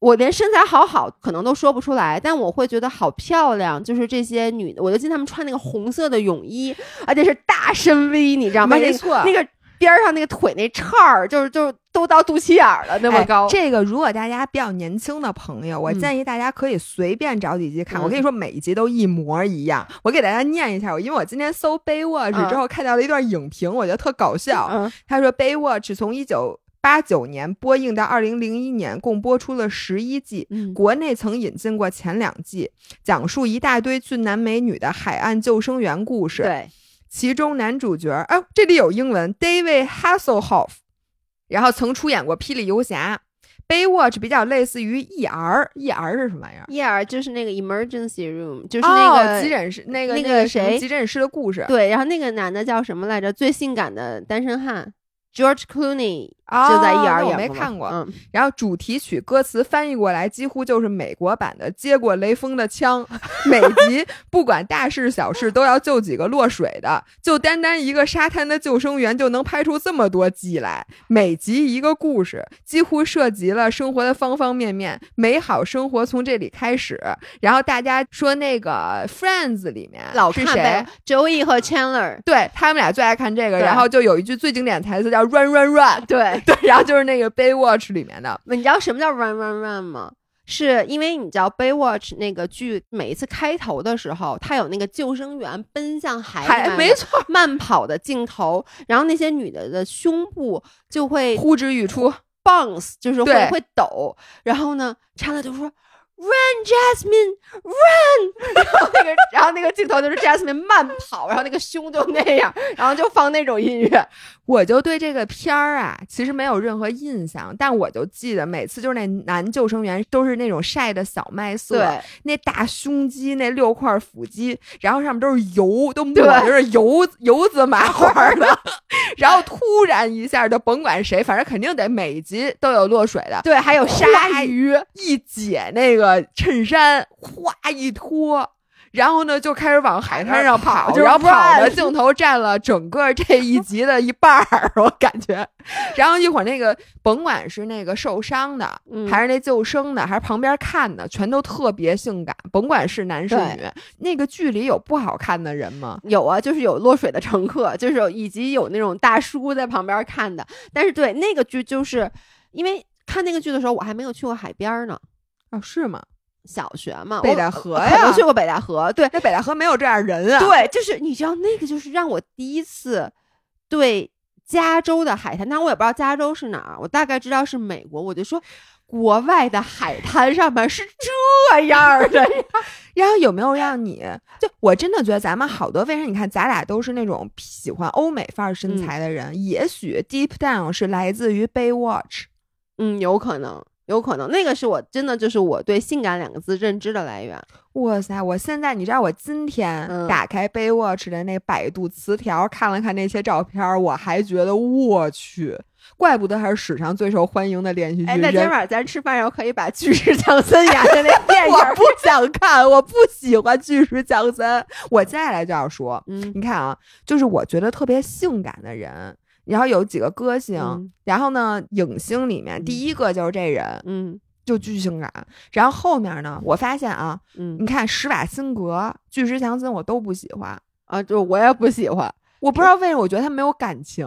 Speaker 2: 我连身材好好可能都说不出来，但我会觉得好漂亮。就是这些女的，我就记得她们穿那个红色的泳衣，而且是大深 V，你知道吗？
Speaker 1: 没
Speaker 2: 那个
Speaker 1: 错
Speaker 2: 那个边儿上那个腿那叉儿，就是就是都到肚脐眼儿了，那么
Speaker 1: 哎
Speaker 2: 高。
Speaker 1: 这个如果大家比较年轻的朋友，我
Speaker 2: 嗯
Speaker 1: 建议大家可以随便找几集看。
Speaker 2: 嗯
Speaker 1: 我跟你说，每一集都一模一样。我给大家念一下，我因为我今天搜 Baywatch
Speaker 2: 嗯
Speaker 1: 之后看到了一段影评，我觉得特搞笑。
Speaker 2: 嗯
Speaker 1: 他说 Baywatch 从一九八九年播映到二零零一年，共播出了十一季。
Speaker 2: 嗯
Speaker 1: 国内曾引进过前两季，讲述一大堆俊男美女的海岸救生员故事。
Speaker 2: 对，
Speaker 1: 其中男主角，啊，这里有英文，David Hasselhoff，然后曾出演过《霹雳游侠》。Baywatch 比较类似于 ER，ER 是什么玩意儿？
Speaker 2: 叶儿就是那个 emergency room，就是那个、
Speaker 1: 哦，急诊室那个
Speaker 2: 那个
Speaker 1: 个什么
Speaker 2: 谁
Speaker 1: 急诊室的故事。
Speaker 2: 对，然后那个男的叫什么来着？最性感的单身汉 George Clooney
Speaker 1: 啊
Speaker 2: 就在一儿
Speaker 1: 那我
Speaker 2: 演
Speaker 1: 没
Speaker 2: 过嘛
Speaker 1: 看过。
Speaker 2: 嗯，
Speaker 1: 然后主题曲歌词翻译过来几乎就是美国版的《接过雷锋的枪》， [LAUGHS] 每集不管大事小事都要救几个落水的，就单单一个沙滩的救生员就能拍出这么多季来。每集一个故事，几乎涉及了生活的方方面面，美好生活从这里开始。然后大家说那个《Friends》里面
Speaker 2: 老
Speaker 1: 是
Speaker 2: 看
Speaker 1: 谁
Speaker 2: 呗？，Joey
Speaker 1: 嗯
Speaker 2: 和 Chandler，
Speaker 1: 对他们俩最爱看这个，
Speaker 2: 对
Speaker 1: 然后就有一句最经典的台词叫 “run run run”，
Speaker 2: 对，
Speaker 1: [LAUGHS] 对，然后就是那个《Baywatch》里面的，
Speaker 2: 你知道什么叫 run run run 吗？是因为你知道《Baywatch》那个剧每一次开头的时候，它有那个救生员奔向海里
Speaker 1: 还
Speaker 2: 面
Speaker 1: 没
Speaker 2: 的
Speaker 1: 错，
Speaker 2: 慢跑的镜头，然后那些女的的胸部就会
Speaker 1: 呼之欲出。
Speaker 2: bounce，就是会
Speaker 1: 对
Speaker 2: 会抖。然后呢，查拉就说 “Run, Jasmine, run”，然 [LAUGHS] 后那个然后那个镜头就是 Jasmine 慢跑，然后那个胸就那样，然后就放那种音乐。
Speaker 1: 我就对这个片儿啊，其实没有任何印象，但我就记得每次就是那男救生员都是那种晒的小麦色，
Speaker 2: 对，
Speaker 1: 那大胸肌，那六块腹肌，然后上面都是油，都抹
Speaker 2: 对
Speaker 1: 的是油油渍麻花 [LAUGHS] 的，然后突然一下就甭管谁，反正肯定得每集都有落水的，
Speaker 2: 对，还有鲨
Speaker 1: 哗
Speaker 2: 鱼，
Speaker 1: 一解那个衬衫，哗一脱，然后呢就开始往海滩上跑，
Speaker 2: 就是
Speaker 1: 然后跑的
Speaker 2: run
Speaker 1: 镜头占了整个这一集的一半儿， [LAUGHS] 我感觉。然后一会儿那个甭管是那个受伤的，
Speaker 2: 嗯
Speaker 1: 还是那救生的，还是旁边看的，全都特别性感，甭管是男是
Speaker 2: 对
Speaker 1: 女。那个剧里有不好看的人吗？
Speaker 2: 有啊，就是有落水的乘客，就是有以及有那种大叔在旁边看的。但是对那个剧，就是因为看那个剧的时候，我还没有去过海边呢，
Speaker 1: 啊，是吗？
Speaker 2: 小学嘛，
Speaker 1: 北
Speaker 2: 哦我
Speaker 1: 戴河
Speaker 2: 我可
Speaker 1: 呀
Speaker 2: 能，去过北戴河。对
Speaker 1: 那北戴河没有这样人啊。
Speaker 2: 对，就是你知道那个，就是让我第一次对加州的海滩，但我也不知道加州是哪儿，我大概知道是美国，我就说。国外的海滩上面是这样儿的，
Speaker 1: 然后有没有让你就我真的觉得咱们好多为啥你看咱俩都是那种喜欢欧美范儿
Speaker 2: 嗯
Speaker 1: 身材的人，也许 deep down 是来自于 Baywatch。
Speaker 2: 嗯，有可能，有可能，那个是我真的就是我对“性感”两个字认知的来源。
Speaker 1: 哇塞！我现在你知道我今天
Speaker 2: 嗯
Speaker 1: 打开 Baywatch 的那百度词条、看了看那些照片儿，我还觉得我去，怪不得还是史上最受欢迎的连续剧。
Speaker 2: 哎，那今
Speaker 1: 人
Speaker 2: 儿晚上咱吃饭时候可以把巨石强森演的那电影
Speaker 1: 我
Speaker 2: 儿，
Speaker 1: 不想看，我不喜欢巨石强森。我接下来就要说，
Speaker 2: 嗯，
Speaker 1: 你看啊，就是我觉得特别性感的人，然后有几个歌星，
Speaker 2: 嗯
Speaker 1: 然后呢，影星里面
Speaker 2: 嗯
Speaker 1: 第一个就是这人，
Speaker 2: 嗯
Speaker 1: 就巨性感。然后后面呢，我发现啊，
Speaker 2: 嗯
Speaker 1: 你看施瓦辛格、巨石强森，我都不喜欢，
Speaker 2: 啊，就我也不喜欢，
Speaker 1: 我不知道为什么，我觉得他没有感情。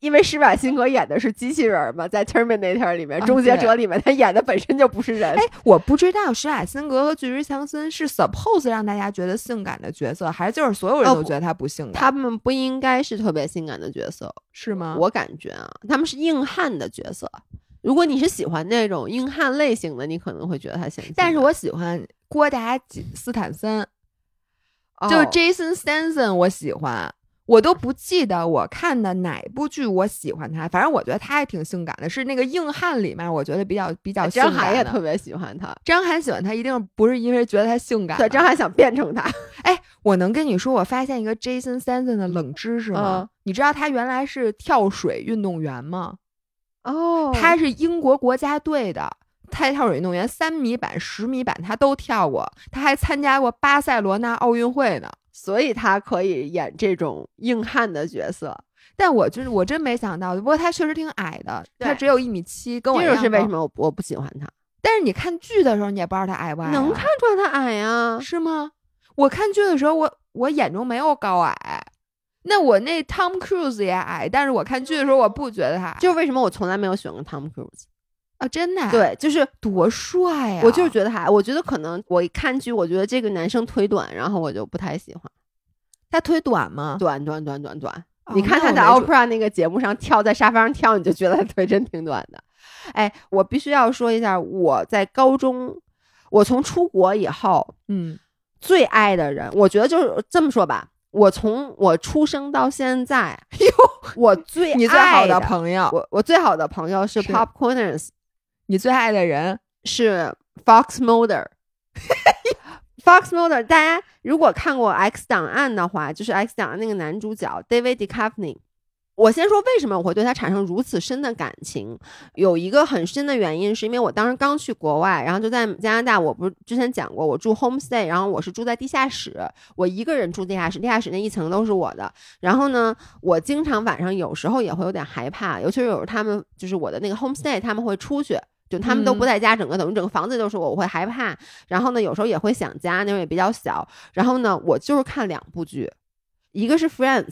Speaker 2: 因为施瓦辛格演的是机器人儿嘛，在《Terminator》里面，
Speaker 1: 啊
Speaker 2: 《终结
Speaker 1: 对
Speaker 2: 者》里面，他演的本身就不是人
Speaker 1: 哎。，我不知道施瓦辛格和巨石强森是 suppose 让大家觉得性感的角色，还是就是所有人
Speaker 2: 哦
Speaker 1: 都
Speaker 2: 不
Speaker 1: 觉得他不性感，
Speaker 2: 他们不应该是特别性感的角色，
Speaker 1: 是吗？
Speaker 2: 我感觉啊，他们是硬汉的角色。如果你是喜欢那种硬汉类型的，你可能会觉得他显性感。
Speaker 1: 但是我喜欢郭达基斯坦森。
Speaker 2: 哦
Speaker 1: 就是 Jason Stanson，我喜欢。我都不记得我看的哪部剧我喜欢他，反正我觉得他还挺性感的，是那个硬汉里面我觉得比较比较性
Speaker 2: 哎张
Speaker 1: 感的。
Speaker 2: 涵也特别喜欢他，
Speaker 1: 张涵喜欢他，一定不是因为觉得他性感。
Speaker 2: 对，张，涵想变成他。
Speaker 1: 哎，我能跟你说，我发现一个 Jason Stanson 的冷知识吗？
Speaker 2: 嗯
Speaker 1: 你知道他原来是跳水运动员吗？
Speaker 2: [LAUGHS] 哦
Speaker 1: 他是英国国家队的。他跳水运动员，三米板、十米板他都跳过，他还参加过巴塞罗那奥运会呢。
Speaker 2: 所以他可以演这种硬汉的角色。
Speaker 1: 但我就是我真没想到，不过他确实挺矮的，他
Speaker 2: 对
Speaker 1: 只有一米七，跟我一
Speaker 2: 这
Speaker 1: 样
Speaker 2: 就是为
Speaker 1: 高
Speaker 2: 什。么我我不喜欢他，啊
Speaker 1: 但是你看剧的时候，你也不知道他矮不矮、
Speaker 2: 能看出来他矮呀。
Speaker 1: 是吗？我看剧的时候，我我眼中没有高矮，那我那 Tom Cruise 也矮，但是我看剧的时候，我不觉得他矮，
Speaker 2: 就是为什么我从来没有喜欢过 Tom Cruise，
Speaker 1: 啊，真的、，
Speaker 2: 对，就是
Speaker 1: 多帅呀、
Speaker 2: 我就是觉得他矮，我觉得可能我一看剧，我觉得这个男生腿短，然后我就不太喜欢，
Speaker 1: 他腿短吗？
Speaker 2: 短短短短短。
Speaker 1: 哦
Speaker 2: 你看
Speaker 1: 那
Speaker 2: 他
Speaker 1: 我
Speaker 2: 在
Speaker 1: 没注
Speaker 2: Oprah 那个节目上跳，在沙发上跳，你就觉得他腿真挺短的。哎，我必须要说一下，我在高中，我从出国以后，
Speaker 1: 嗯，
Speaker 2: 最爱的人，我觉得就是这么说吧。我从我出生到现在，我最
Speaker 1: 你最好
Speaker 2: 爱的
Speaker 1: 的朋友，
Speaker 2: 我我最好的朋友是
Speaker 1: 是
Speaker 2: Popcorners，
Speaker 1: 你最爱的人，
Speaker 2: 是 Fox Mulder。Fox Mulder，大家如果看过《X 档案》的话，就是《X 档案》那个男主角 David Duchovny，我先说为什么我会对它产生如此深的感情，有一个很深的原因，是因为我当时刚去国外，然后就在加拿大，我不是之前讲过，我住 homestay，然后我是住在地下室，我一个人住地下室，地下室那一层都是我的。然后呢，我经常晚上有时候也会有点害怕，尤其是有时候他们就是我的那个 homestay，他们会出去。就他们都不在家，整个等于整个房子都是我，我会害怕。然后呢，有时候也会想家，那时候也比较小。然后呢，我就是看两部剧，一个是 Friends。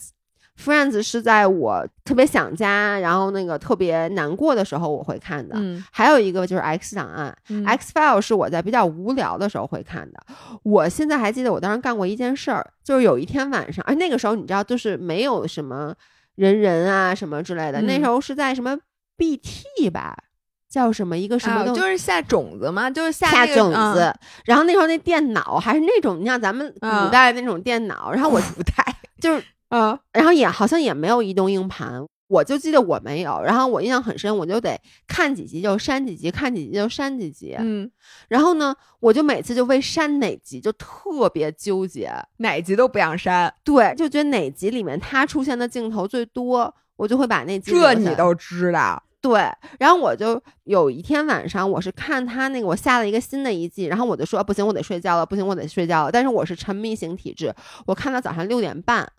Speaker 2: Friends 是在我特别想家，然后那个特别难过的时候我会看的。哎
Speaker 1: 嗯
Speaker 2: 还有一个就是 X 档案、
Speaker 1: 嗯
Speaker 2: x File 是我在比较无聊的时候会看的。我现在还记得我当时干过一件事儿，就是有一天晚上，哎，那个时候你知道，就是没有什么人人啊什么之类的，
Speaker 1: 嗯
Speaker 2: 那时候是在什么 BT 吧，叫什么一个什么
Speaker 1: 啊
Speaker 2: 东西。
Speaker 1: 就是下种子嘛，就是下
Speaker 2: 下
Speaker 1: 那个
Speaker 2: 种子，
Speaker 1: 嗯
Speaker 2: 然后那时候那电脑还是那种，你像咱们古
Speaker 1: 嗯
Speaker 2: 代那种电脑，然后我古代就是
Speaker 1: 啊，
Speaker 2: [LAUGHS] 然后也好像也没有移动硬盘，我就记得我没有。然后我印象很深，我就得看几集就删几集，看几集就删几集。
Speaker 1: 嗯，
Speaker 2: 然后呢，我就每次就为删哪集就特别纠结，
Speaker 1: 哪集都不想删，
Speaker 2: 对，就觉得哪集里面他出现的镜头最多，我就会把那集留
Speaker 1: 这
Speaker 2: 下
Speaker 1: 你
Speaker 2: 来
Speaker 1: 都知道，
Speaker 2: 对，然后我就有一天晚上，我是看他那个，我下了一个新的一季，然后我就说、啊不行，我得睡觉了，不行，我得睡觉了。但是我是沉迷型体质，我看到早上六点半，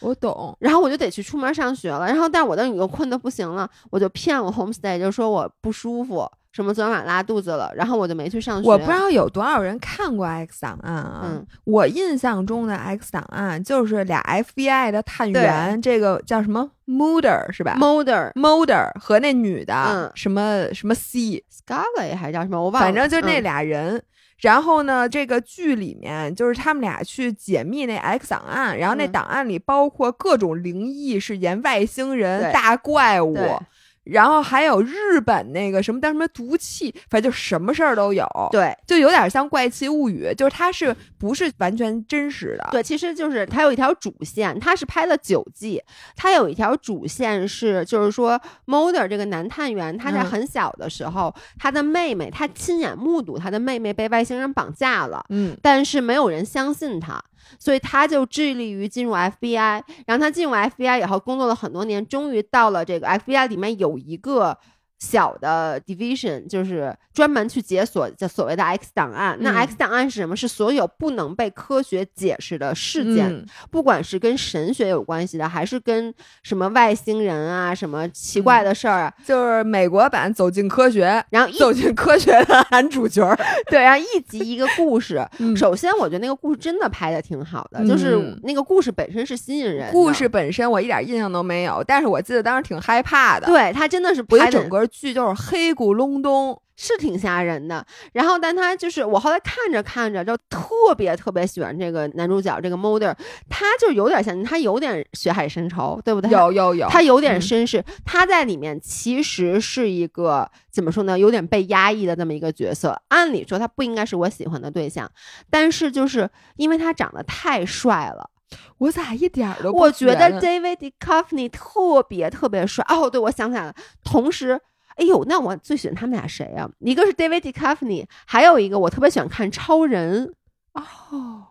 Speaker 1: 我懂，
Speaker 2: 然后我就得去出门上学了。然后，但我的女又困得不行了，我就骗我 homestay，就说我不舒服，什么昨天晚上拉肚子了，然后我就没去上学。
Speaker 1: 我不知道有多少人看过 X 档案啊。
Speaker 2: 嗯
Speaker 1: 我印象中的 X 档案就是俩 FBI 的探员，这个叫什么 Mulder 是吧
Speaker 2: Mulder
Speaker 1: ？Mulder 和那女的、
Speaker 2: 嗯
Speaker 1: 什么什么 C，
Speaker 2: Scully 还是叫什么，我忘了，
Speaker 1: 反正就那
Speaker 2: 嗯
Speaker 1: 俩人。然后呢，这个剧里面就是他们俩去解密那 X 档案，然后那
Speaker 2: 嗯
Speaker 1: 档案里包括各种灵异事件、外星人、
Speaker 2: 对
Speaker 1: 大怪物，
Speaker 2: 对
Speaker 1: 然后还有日本那个什么叫什么毒气，反正就什么事儿都有。
Speaker 2: 对嗯
Speaker 1: 就有点像《怪奇物语》，就是它是不是完全真实的？
Speaker 2: 对，其实就是它有一条主线，它是拍了九季，它有一条主线是，就是说 Mulder 这个男探员，他在
Speaker 1: 嗯
Speaker 2: 很小的时候，他的妹妹，他亲眼目睹他的妹妹被外星人绑架了，
Speaker 1: 嗯，
Speaker 2: 但是没有人相信他，所以他就致力于进入 FBI。然后他进入 FBI 以后，工作了很多年，终于到了这个 FBI 里面有一个小的 division，就是专门去解锁叫所谓的 X 档案。那
Speaker 1: 嗯
Speaker 2: X 档案是什么？是所有不能被科学解释的事件，
Speaker 1: 嗯
Speaker 2: 不管是跟神学有关系的，还是跟什么外星人啊、什么奇怪的事儿啊。
Speaker 1: 就是美国版《走进科学》，
Speaker 2: 然后一
Speaker 1: 走进科学的男主角儿，
Speaker 2: [LAUGHS] 对，然后一集一个故事，
Speaker 1: 嗯
Speaker 2: 首先，我觉得那个故事真的拍的挺好的，就是
Speaker 1: 嗯
Speaker 2: 那个故事本身是吸引人的，
Speaker 1: 故事本身我一点印象都没有，但是我记得当时挺害怕的。，
Speaker 2: 对它真的是
Speaker 1: 我觉
Speaker 2: 拍
Speaker 1: 得整
Speaker 2: 的
Speaker 1: 个剧就是黑咕隆咚，
Speaker 2: 是挺吓人的。然后，但它就是我后来看着看着就特别特别喜欢这个男主角这个 Mulder，他就有点像他有点血海深仇，对不对？
Speaker 1: 有有有，
Speaker 2: 他有点
Speaker 1: 嗯
Speaker 2: 绅士，他在里面其实是一个怎么说呢，有点被压抑的这么一个角色。按理说他不应该是我喜欢的对象，但是就是因为他长得太帅了。
Speaker 1: 我咋一点儿都不
Speaker 2: 我觉得
Speaker 1: 呢
Speaker 2: David Duchovny 特别特别帅哦，对，我想起来了。同时，哎呦，那我最喜欢他们俩谁啊？一个是 David Duchovny，还有一个我特别喜欢看超人，
Speaker 1: 哦，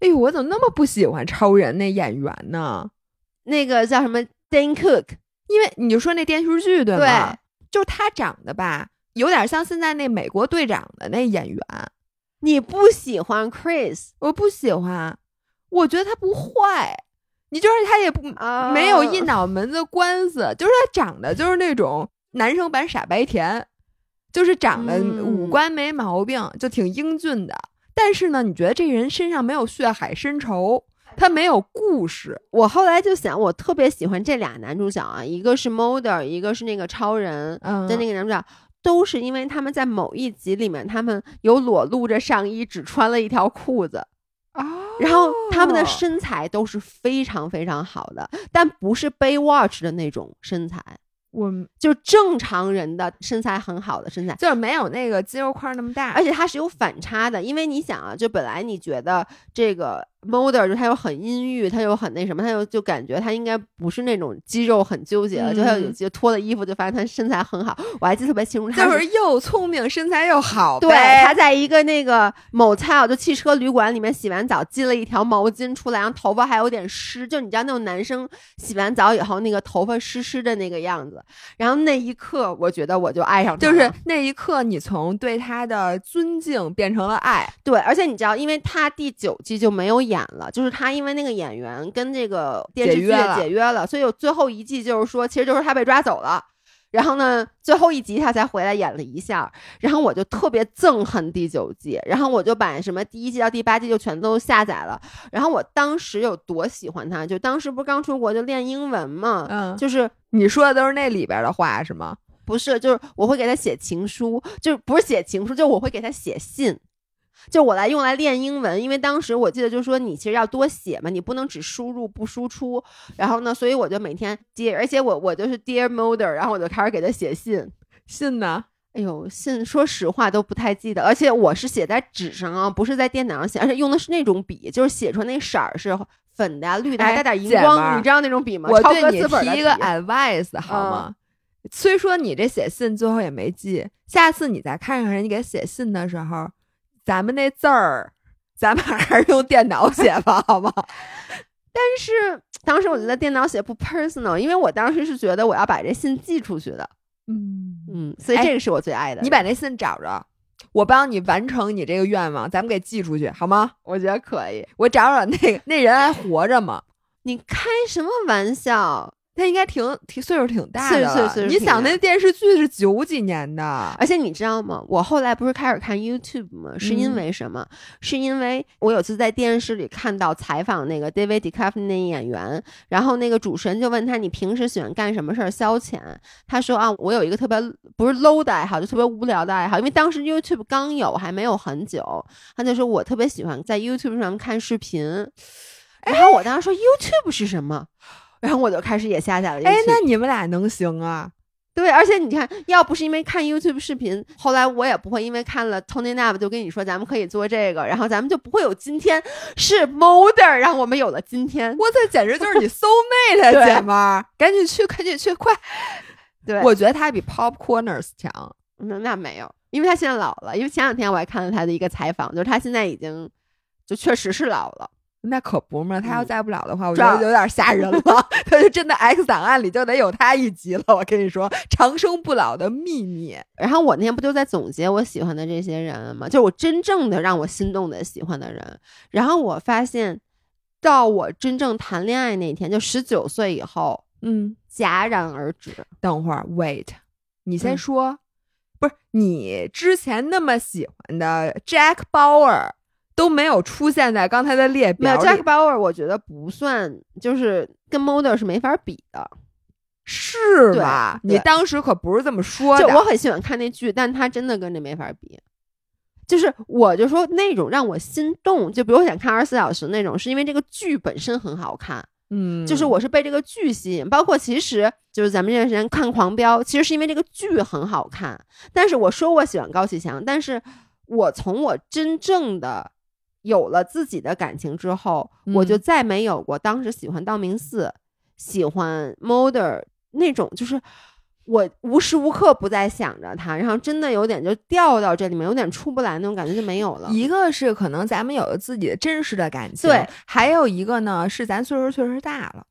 Speaker 1: 哎呦，我怎么那么不喜欢超人那演员呢？
Speaker 2: 那个叫什么 Dan Cook，
Speaker 1: 因为你就说那电视剧对吗？
Speaker 2: 对
Speaker 1: 就是他长得吧，有点像现在那美国队长的那演员，
Speaker 2: 你不喜欢 Chris
Speaker 1: 我不喜欢，我觉得他不坏，你就是他也不、
Speaker 2: 啊？
Speaker 1: 没有一脑门子官司，就是他长得就是那种男生版傻白甜，就是长得
Speaker 2: 嗯
Speaker 1: 五官没毛病，就挺英俊的。但是呢，你觉得这人身上没有血海深仇，他没有故事，
Speaker 2: 我后来就想，我特别喜欢这俩男主角啊，一个是 Mulder，一个是那个超人
Speaker 1: 嗯，
Speaker 2: 的那个男主角。都是因为他们在某一集里面，他们有裸露着上衣，只穿了一条裤子，
Speaker 1: 啊，
Speaker 2: 然后他
Speaker 1: 哦
Speaker 2: 们的身材都是非常非常好的，但不是 Baywatch 的那种身材，
Speaker 1: 我
Speaker 2: 就正常人的身材很好的身材。
Speaker 1: 就是没有那个肌肉块那么大，
Speaker 2: 而且它是有反差的，因为你想啊，就本来你觉得这个 Mulder 就他又很阴郁，他又很那什么，他又就感觉他应该不是那种肌肉很纠结的，就他有
Speaker 1: 嗯
Speaker 2: 就脱了衣服就发现他身材很好，我还记得特别清楚，他
Speaker 1: 就是又聪明，身材又好呗，
Speaker 2: 对，他在一个那个某菜哦，就汽车旅馆里面洗完澡，系了一条毛巾出来，然后头发还有点湿，就你知道那种男生洗完澡以后那个头发湿湿的那个样子。然后那一刻，我觉得我就爱上他
Speaker 1: 就
Speaker 2: 了，
Speaker 1: 是那一刻，你从对他的尊敬变成了爱。
Speaker 2: 对。而且你知道，因为他第九季就没有演了，就是他因为那个演员跟这个电视
Speaker 1: 解
Speaker 2: 剧
Speaker 1: 约了
Speaker 2: 解约了，所以有最后一季就是说，其实就是他被抓走了。然后呢，最后一集他才回来演了一下，然后我就特别憎恨第九季，然后我就把什么第一季到第八季就全都下载了。然后我当时有多喜欢他，就当时不是刚出国就练英文嘛，
Speaker 1: 嗯，
Speaker 2: 就是
Speaker 1: 你说的都是那里边的话是吗？
Speaker 2: 不是就是我会给他写情书，就是不是写情书，就是我会给他写信。就我来用来练英文，因为当时我记得就是说你其实要多写嘛，你不能只输入不输出。然后呢，所以我就每天 dear，而且我我就是 dear mother，然后我就开始给他写信。
Speaker 1: 信呢？
Speaker 2: 哎呦，信说实话都不太记得，而且我是写在纸上啊，不是在电脑上写，而且用的是那种笔，就是写出来那色儿是粉的啊、绿的啊，
Speaker 1: 哎
Speaker 2: 带点荧
Speaker 1: 姐们
Speaker 2: 光，
Speaker 1: 儿
Speaker 2: 你知道那种笔吗？
Speaker 1: 我
Speaker 2: 超
Speaker 1: 对
Speaker 2: 哥
Speaker 1: 你
Speaker 2: 资本的
Speaker 1: 提一个
Speaker 2: 笔啊
Speaker 1: advice 好吗？虽说你这写信最后也没寄，下次你再看上人家给写信的时候，咱们那字儿，咱们 [LAUGHS] 还是用电脑写吧，好吗？
Speaker 2: 但是当时我
Speaker 1: 嗯
Speaker 2: 觉得电脑写不 personal，因为我当时是觉得我要把这信寄出去的，
Speaker 1: 嗯，
Speaker 2: 嗯，所以
Speaker 1: 哎
Speaker 2: 这个是我最爱的。
Speaker 1: 你把那信找着，我帮你完成你这个愿望，咱们给寄出去好吗？
Speaker 2: 我觉得可以，
Speaker 1: 我找找那个那人还活着吗？
Speaker 2: 你开什么玩笑？
Speaker 1: 他应该挺挺岁数挺大的
Speaker 2: 岁数
Speaker 1: 了，
Speaker 2: 岁数
Speaker 1: 你
Speaker 2: 挺
Speaker 1: 想
Speaker 2: 大哎
Speaker 1: 那电视剧是九几年的，
Speaker 2: 而且你知道吗？我后来不是开始看 YouTube 吗？是因
Speaker 1: 嗯
Speaker 2: 为什么？是因为我有次在电视里看到采访那个 David Duchovny 那演员，然后那个主持人就问他：“你平时喜欢干什么事儿消遣？”他说：“啊，我有一个特别不是 low 的爱好，就特别无聊的爱好，因为当时 YouTube 刚有，还没有很久。”他就说：“我特别喜欢在 YouTube 上看视频。”
Speaker 1: 哎
Speaker 2: 然后我当时说：“YouTube 是什么？”然后我就开始也下载了 YouTube。
Speaker 1: 哎，那你们俩能行啊？
Speaker 2: 对，而且你看，要不是因为看 YouTube 视频，后来我也不会因为看了 Tony Nab 就跟你说咱们可以做这个，然后咱们就不会有今天。是 Molder 让我们有了今天。
Speaker 1: 我这简直就是你 [LAUGHS] soul mate 啊
Speaker 2: 对
Speaker 1: 姐们儿，赶紧去，赶紧去，快！
Speaker 2: 对，
Speaker 1: 我觉得他比 Popcorners 强，
Speaker 2: 那那没有，因为他现在老了。因为前两天我还看了他的一个采访，就是他现在已经就确实是老了。
Speaker 1: 那可不嘛。他要
Speaker 2: 嗯
Speaker 1: 再不了的话，我
Speaker 2: 这儿
Speaker 1: 觉得有点吓人
Speaker 2: [LAUGHS]
Speaker 1: 了。他就真的 X 档案里就得有他一集了。我跟你说，长生不老的秘密。
Speaker 2: 然后我那天不就在总结我喜欢的这些人嘛，就是我真正的让我心动的喜欢的人。然后我发现，到我真正谈恋爱那天，就十九岁以后，
Speaker 1: 嗯，
Speaker 2: 戛然而止。
Speaker 1: 等会儿，wait，你
Speaker 2: 嗯
Speaker 1: 先说，不是你之前那么喜欢的 Jack Bauer 都没有出现在刚才的列
Speaker 2: 没
Speaker 1: 表
Speaker 2: 有
Speaker 1: 里，
Speaker 2: Jack Bauer，我觉得不算，就是跟 Mulder 是没法比的。
Speaker 1: 是
Speaker 2: 对
Speaker 1: 吧？
Speaker 2: 对
Speaker 1: 你当时可不是这么说
Speaker 2: 就
Speaker 1: 的。
Speaker 2: 我很喜欢看那剧，但他真的跟这没法比。就是我就说那种让我心动，就比如我想看二十四小时那种，是因为这个剧本身很好看，
Speaker 1: 嗯，
Speaker 2: 就是我是被这个剧吸引。包括其实就是咱们这段时间看《狂飙》，其实是因为这个剧很好看。但是我说我喜欢高启强，但是我从我真正的有了自己的感情之后，我就
Speaker 1: 嗯
Speaker 2: 再没有过当时喜欢道明寺、喜欢 Mulder 那种，就是我无时无刻不在想着他，然后真的有点就掉到这里面，有点出不来那种感觉就没有了。
Speaker 1: 一个是可能咱们有了自己的真实的感情，
Speaker 2: 对，
Speaker 1: 还有一个呢是咱岁数确实大了。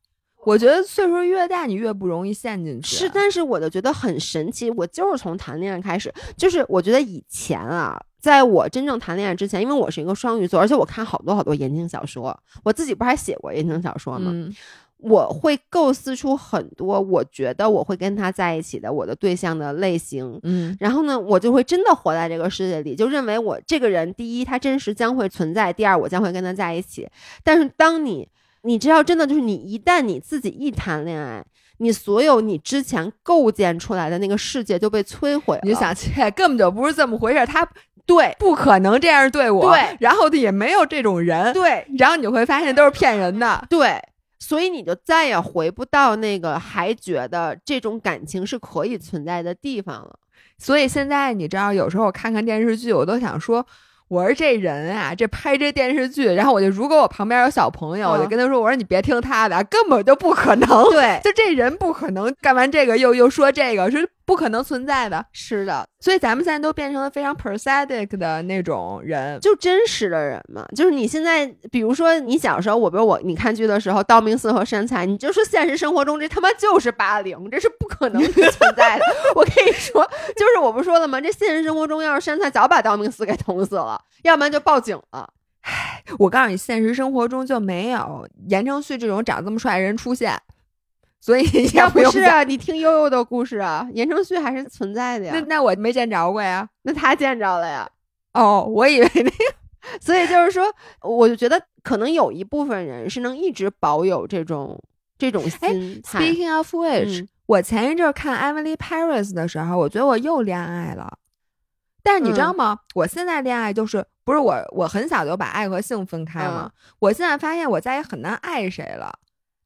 Speaker 1: 我觉得岁数越大，你越不容易陷进去。啊
Speaker 2: 是，但是我就觉得很神奇，我就是从谈恋爱开始，就是我觉得以前啊，在我真正谈恋爱之前，因为我是一个双鱼座，而且我看好多好多言情小说，我自己不是还写过言情小说吗？
Speaker 1: 嗯，
Speaker 2: 我会构思出很多我觉得我会跟他在一起的我的对象的类型，
Speaker 1: 嗯，
Speaker 2: 然后呢，我就会真的活在这个世界里，就认为我这个人，第一，他真实将会存在；第二，我将会跟他在一起。但是，当你你知道，真的就是你一旦你自己一谈恋爱，你所有你之前构建出来的那个世界就被摧毁了。
Speaker 1: 你就想，切，根本就不是这么回事儿，他
Speaker 2: 对
Speaker 1: 不可能这样对我。
Speaker 2: 对，
Speaker 1: 然后也没有这种人。
Speaker 2: 对
Speaker 1: 然后你会发现都是骗人的。
Speaker 2: 对，所以你就再也回不到那个还觉得这种感情是
Speaker 1: [LAUGHS]
Speaker 2: 可以存在的地方了。
Speaker 1: 所以现在你知道，有时候我看看电视剧，我都想说，我说这人啊，这拍这电视剧，然后我就如果我旁边有小朋友，
Speaker 2: 嗯
Speaker 1: 我就跟他说，我说你别听他的，根本就不可能， [LAUGHS]
Speaker 2: 对，
Speaker 1: 就这人不可能干完这个又又说这个是不可能存在的，
Speaker 2: 是的，
Speaker 1: 所以咱们现在都变成了非常 prosaic 的那种人，
Speaker 2: 就真实的人嘛，就是你现在，比如说你小时候，我比如我你看剧的时候，道明寺和杉菜，你就说现实生活中这他妈就是八零，这是不可能存在的。 [LAUGHS] 我跟你说，就是我不说了吗？这现实生活中要是杉菜早把道明寺给捅死了，要不然就报警了。
Speaker 1: 我告诉你，现实生活中就没有言承旭这种长这么帅的人出现，所以也
Speaker 2: 要
Speaker 1: 不
Speaker 2: 不
Speaker 1: 用
Speaker 2: 是
Speaker 1: 想
Speaker 2: 啊，你听悠悠的故事啊，言承旭还是存在的呀，
Speaker 1: 那
Speaker 2: 那
Speaker 1: 那我没见着过呀。
Speaker 2: 那他见着了呀。
Speaker 1: 哦，我以为
Speaker 2: [LAUGHS]
Speaker 1: 那
Speaker 2: 所以就是说，我就觉得可能有一部分人是能一直保有这种这种
Speaker 1: 哎
Speaker 2: 心态。
Speaker 1: Speaking of which，、
Speaker 2: 嗯
Speaker 1: 我前一阵儿看 Emily Paris 的时候，我觉得我又恋爱了。但是你知
Speaker 2: 嗯
Speaker 1: 道吗？我现在恋爱就是不是我我很小就把爱和性分开嘛？
Speaker 2: 嗯
Speaker 1: 我现在发现我再也很难爱谁了，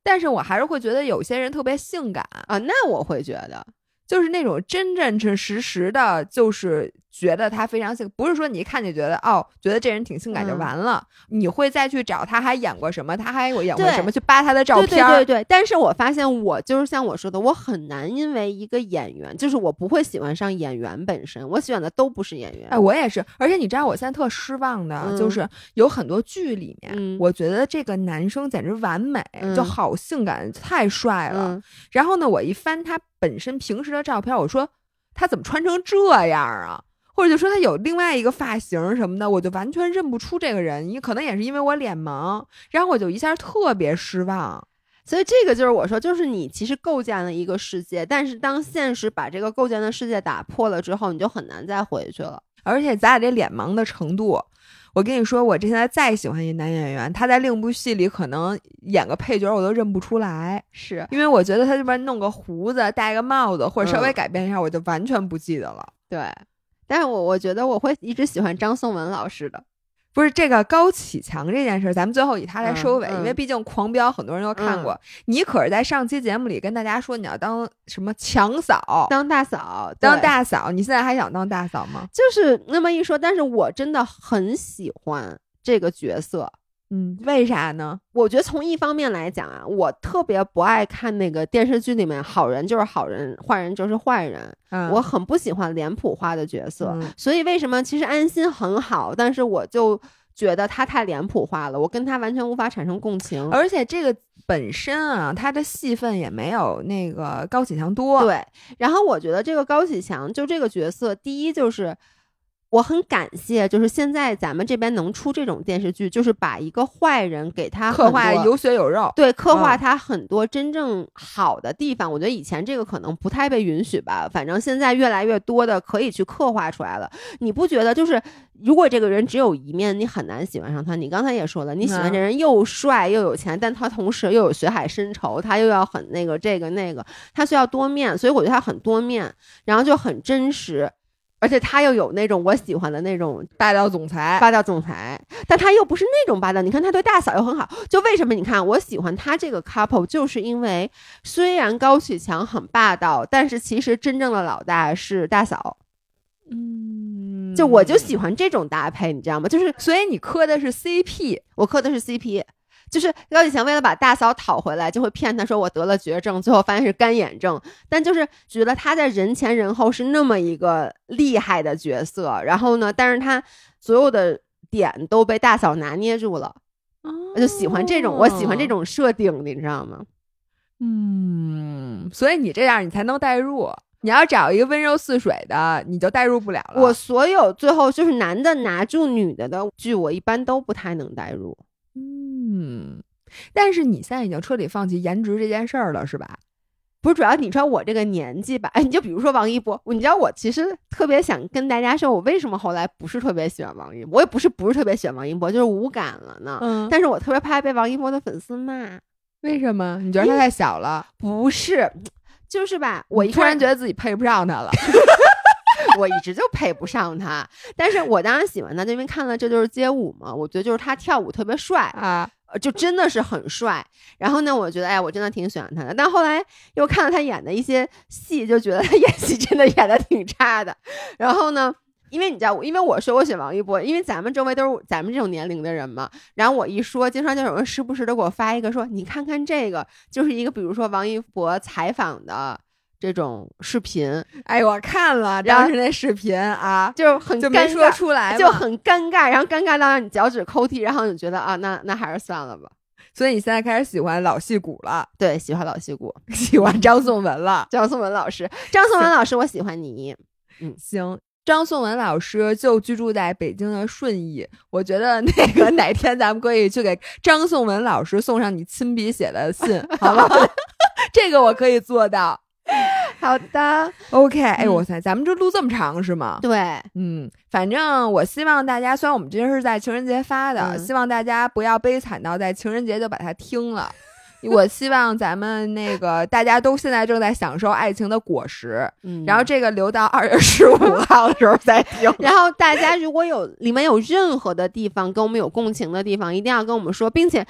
Speaker 1: 但是我还是会觉得有些人特别性感，
Speaker 2: 啊，那我会觉得，
Speaker 1: 就是那种真真真实实的，就是觉得他非常性，不是说你一看就觉得哦，觉得这人挺性感就
Speaker 2: 嗯
Speaker 1: 完了，你会再去找他还演过什么，他还有演过
Speaker 2: 对
Speaker 1: 什么，去扒他的照片儿。
Speaker 2: 对对对对，但是我发现我就是像我说的，我很难因为一个演员，就是我不会喜欢上演员本身，我喜欢的都不是演员。
Speaker 1: 哎，我也是，而且你知道我现在特失望的，就
Speaker 2: 嗯
Speaker 1: 是有很多剧里面，
Speaker 2: 嗯
Speaker 1: 我觉得这个男生简直完美，就
Speaker 2: 嗯
Speaker 1: 好性感，太帅了。
Speaker 2: 嗯，
Speaker 1: 然后呢，我一翻他本身平时的照片，我说他怎么穿成这样啊？或者就说他有另外一个发型什么的，我就完全认不出这个人，也可能也是因为我脸盲，然后我就一下特别失望。
Speaker 2: 所以这个就是我说，就是你其实构建了一个世界，但是当现实把这个构建的世界打破了之后，你就很难再回去了。
Speaker 1: 而且咱俩这脸盲的程度，我跟你说，我这现在再喜欢一男演员，他在另一部戏里可能演个配角，我都认不出来。
Speaker 2: 是
Speaker 1: 因为我觉得他这边弄个胡子、戴个帽子，或者稍微
Speaker 2: 嗯
Speaker 1: 改变一下，我就完全不记得了。
Speaker 2: 对，但是我我觉得我会一直喜欢张颂文老师的。
Speaker 1: 不是这个高启强这件事儿，咱们最后以他来收尾，
Speaker 2: 嗯嗯
Speaker 1: 因为毕竟《狂飙》很多人都看过。你可是在上期节目里跟大家说你要当什么强嫂、
Speaker 2: 当大嫂，
Speaker 1: 当
Speaker 2: 对
Speaker 1: 大嫂，你现在还想当大嫂吗？
Speaker 2: 就是那么一说，但是我真的很喜欢这个角色，
Speaker 1: 嗯，为啥呢？
Speaker 2: 我觉得从一方面来讲啊，我特别不爱看那个电视剧里面好人就是好人，坏人就是坏人，
Speaker 1: 嗯，
Speaker 2: 我很不喜欢脸谱化的角色。
Speaker 1: 嗯
Speaker 2: 所以为什么其实安心很好，但是我就觉得他太脸谱化了，我跟他完全无法产生共情。
Speaker 1: 而且这个本身啊，他的戏份也没有那个高启强多。，
Speaker 2: 对，然后我觉得这个高启强就这个角色，第一就是。我很感谢，就是现在咱们这边能出这种电视剧，就是把一个坏人给他
Speaker 1: 刻
Speaker 2: 很
Speaker 1: 画
Speaker 2: 多
Speaker 1: 有血有肉。
Speaker 2: 对，刻画
Speaker 1: 嗯
Speaker 2: 他很多真正好的地方，我觉得以前这个可能不太被允许吧。反正现在越来越多的可以去刻画出来了，你不觉得？就是如果这个人只有一面，你很难喜欢上他。你刚才也说了，你喜欢这人又帅又有钱，但他同时又有血海深仇，他又要很那个这个那个，他需要多面，所以我觉得他很多面，然后就很真实。而且他又有那种我喜欢的那种
Speaker 1: 霸道总裁，
Speaker 2: 霸道总裁，但他又不是那种霸道。你看他对大嫂又很好，就为什么？你看我喜欢他这个 couple，就是因为虽然高启强很霸道，但是其实真正的老大是大嫂。
Speaker 1: 嗯
Speaker 2: 就我就喜欢这种搭配，你知道吗？就是
Speaker 1: 所以你磕的是 CP，
Speaker 2: 我磕的是 CP。就是高启强为了把大嫂讨回来，就会骗他说我得了绝症，最后发现是干眼症。但就是觉得他在人前人后是那么一个厉害的角色，然后呢，但是他所有的点都被大嫂拿捏住了。我就喜欢这种，我喜
Speaker 1: 哦
Speaker 2: 欢这。种设定，你知道吗？
Speaker 1: 嗯，所以你这样你才能代入。你要找一个温柔似水的，你就代入不了了。
Speaker 2: 我所有最后就是男的拿住女的的剧，我一般都不太能代入。
Speaker 1: 嗯，但是你现在已经彻底放弃颜值这件事儿了，是吧？
Speaker 2: 不是，主要你知道我这个年纪吧？哎， [LAUGHS] 你就比如说王一博，你知道我其实特别想跟大家说，我为什么后来不是特别喜欢王一博，我也不是不是特别喜欢王一博，就是无感了呢。
Speaker 1: 嗯但
Speaker 2: 但是我特别怕被王一博的粉丝骂，
Speaker 1: 为什么？你觉得他太小了？
Speaker 2: 不是，就是吧？我
Speaker 1: 你
Speaker 2: 一
Speaker 1: 突
Speaker 2: 看
Speaker 1: 然觉得自己配不上他了。
Speaker 2: 我一直就配不上他，但是我当然喜欢他，就因为看了《这就是街舞》嘛，我觉得就是他跳舞特别帅，
Speaker 1: 啊，
Speaker 2: 呃就真的是很帅。然后呢，我觉得哎，我真的挺喜欢他的。但后来又 [LAUGHS] 看了他演的一些戏，就觉得他演戏真的演的挺差的。然后呢，因为你知道，因为我说我选王一博，因为咱们周围都是咱们这种年龄的人嘛。然后我一说，经常就有人时不时的给我发一个说，你看看这个，就是一个比如说王一博采访的这种视频，
Speaker 1: 哎，我看了
Speaker 2: 然后
Speaker 1: 当时那视频啊，
Speaker 2: 就是很
Speaker 1: 就
Speaker 2: 尴
Speaker 1: 没说
Speaker 2: 尬，
Speaker 1: 出来嘛，
Speaker 2: 就很尴尬，然后尴尬到让你脚趾抠地，然后你觉得啊，那那还是算了吧。
Speaker 1: 所以你现在开始喜欢老戏骨了， [LAUGHS]
Speaker 2: 对，喜欢老戏骨
Speaker 1: 喜欢张颂文了。
Speaker 2: 张颂文老师，张颂文老师，我喜欢你。
Speaker 1: 行，张颂文老师就居住在北京的顺义，我觉得那个哪天咱们可以去给张颂文老师送上你亲笔写的信，好吗？ [LAUGHS] 这个我可以做到。
Speaker 2: 好的，
Speaker 1: OK，哎，
Speaker 2: 嗯
Speaker 1: 我猜咱们这录这么长是吗？
Speaker 2: 对，
Speaker 1: 嗯，反正我希望大家，虽然我们这是在情人节发的，
Speaker 2: 嗯
Speaker 1: 希望大家不要悲惨到在情人节就把它听了。 [LAUGHS] 我希望咱们那个大家都现在正在享受爱情的果实，
Speaker 2: 嗯
Speaker 1: 然后这个留到二月十五号的时候再听。
Speaker 2: 然后大家如果有里面有任何的地方跟我们有共情的地方，一定要跟我们说，并且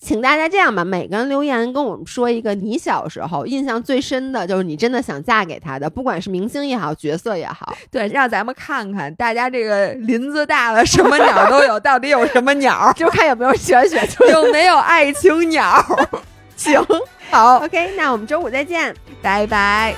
Speaker 2: 请大家这样吧，每个人留言跟我们说一个你小时候印象最深的，就是你真的想嫁给他的，不管是明星也好，角色也好。
Speaker 1: [LAUGHS] 对，让咱们看看大家这个林子大了，什么鸟都有，到底有什么鸟？
Speaker 2: 就看有没有玄学。
Speaker 1: [LAUGHS] 有没有爱情鸟？
Speaker 2: [LAUGHS] 行
Speaker 1: [LAUGHS] 好，
Speaker 2: ，OK，那我们周五再见。
Speaker 1: 拜拜。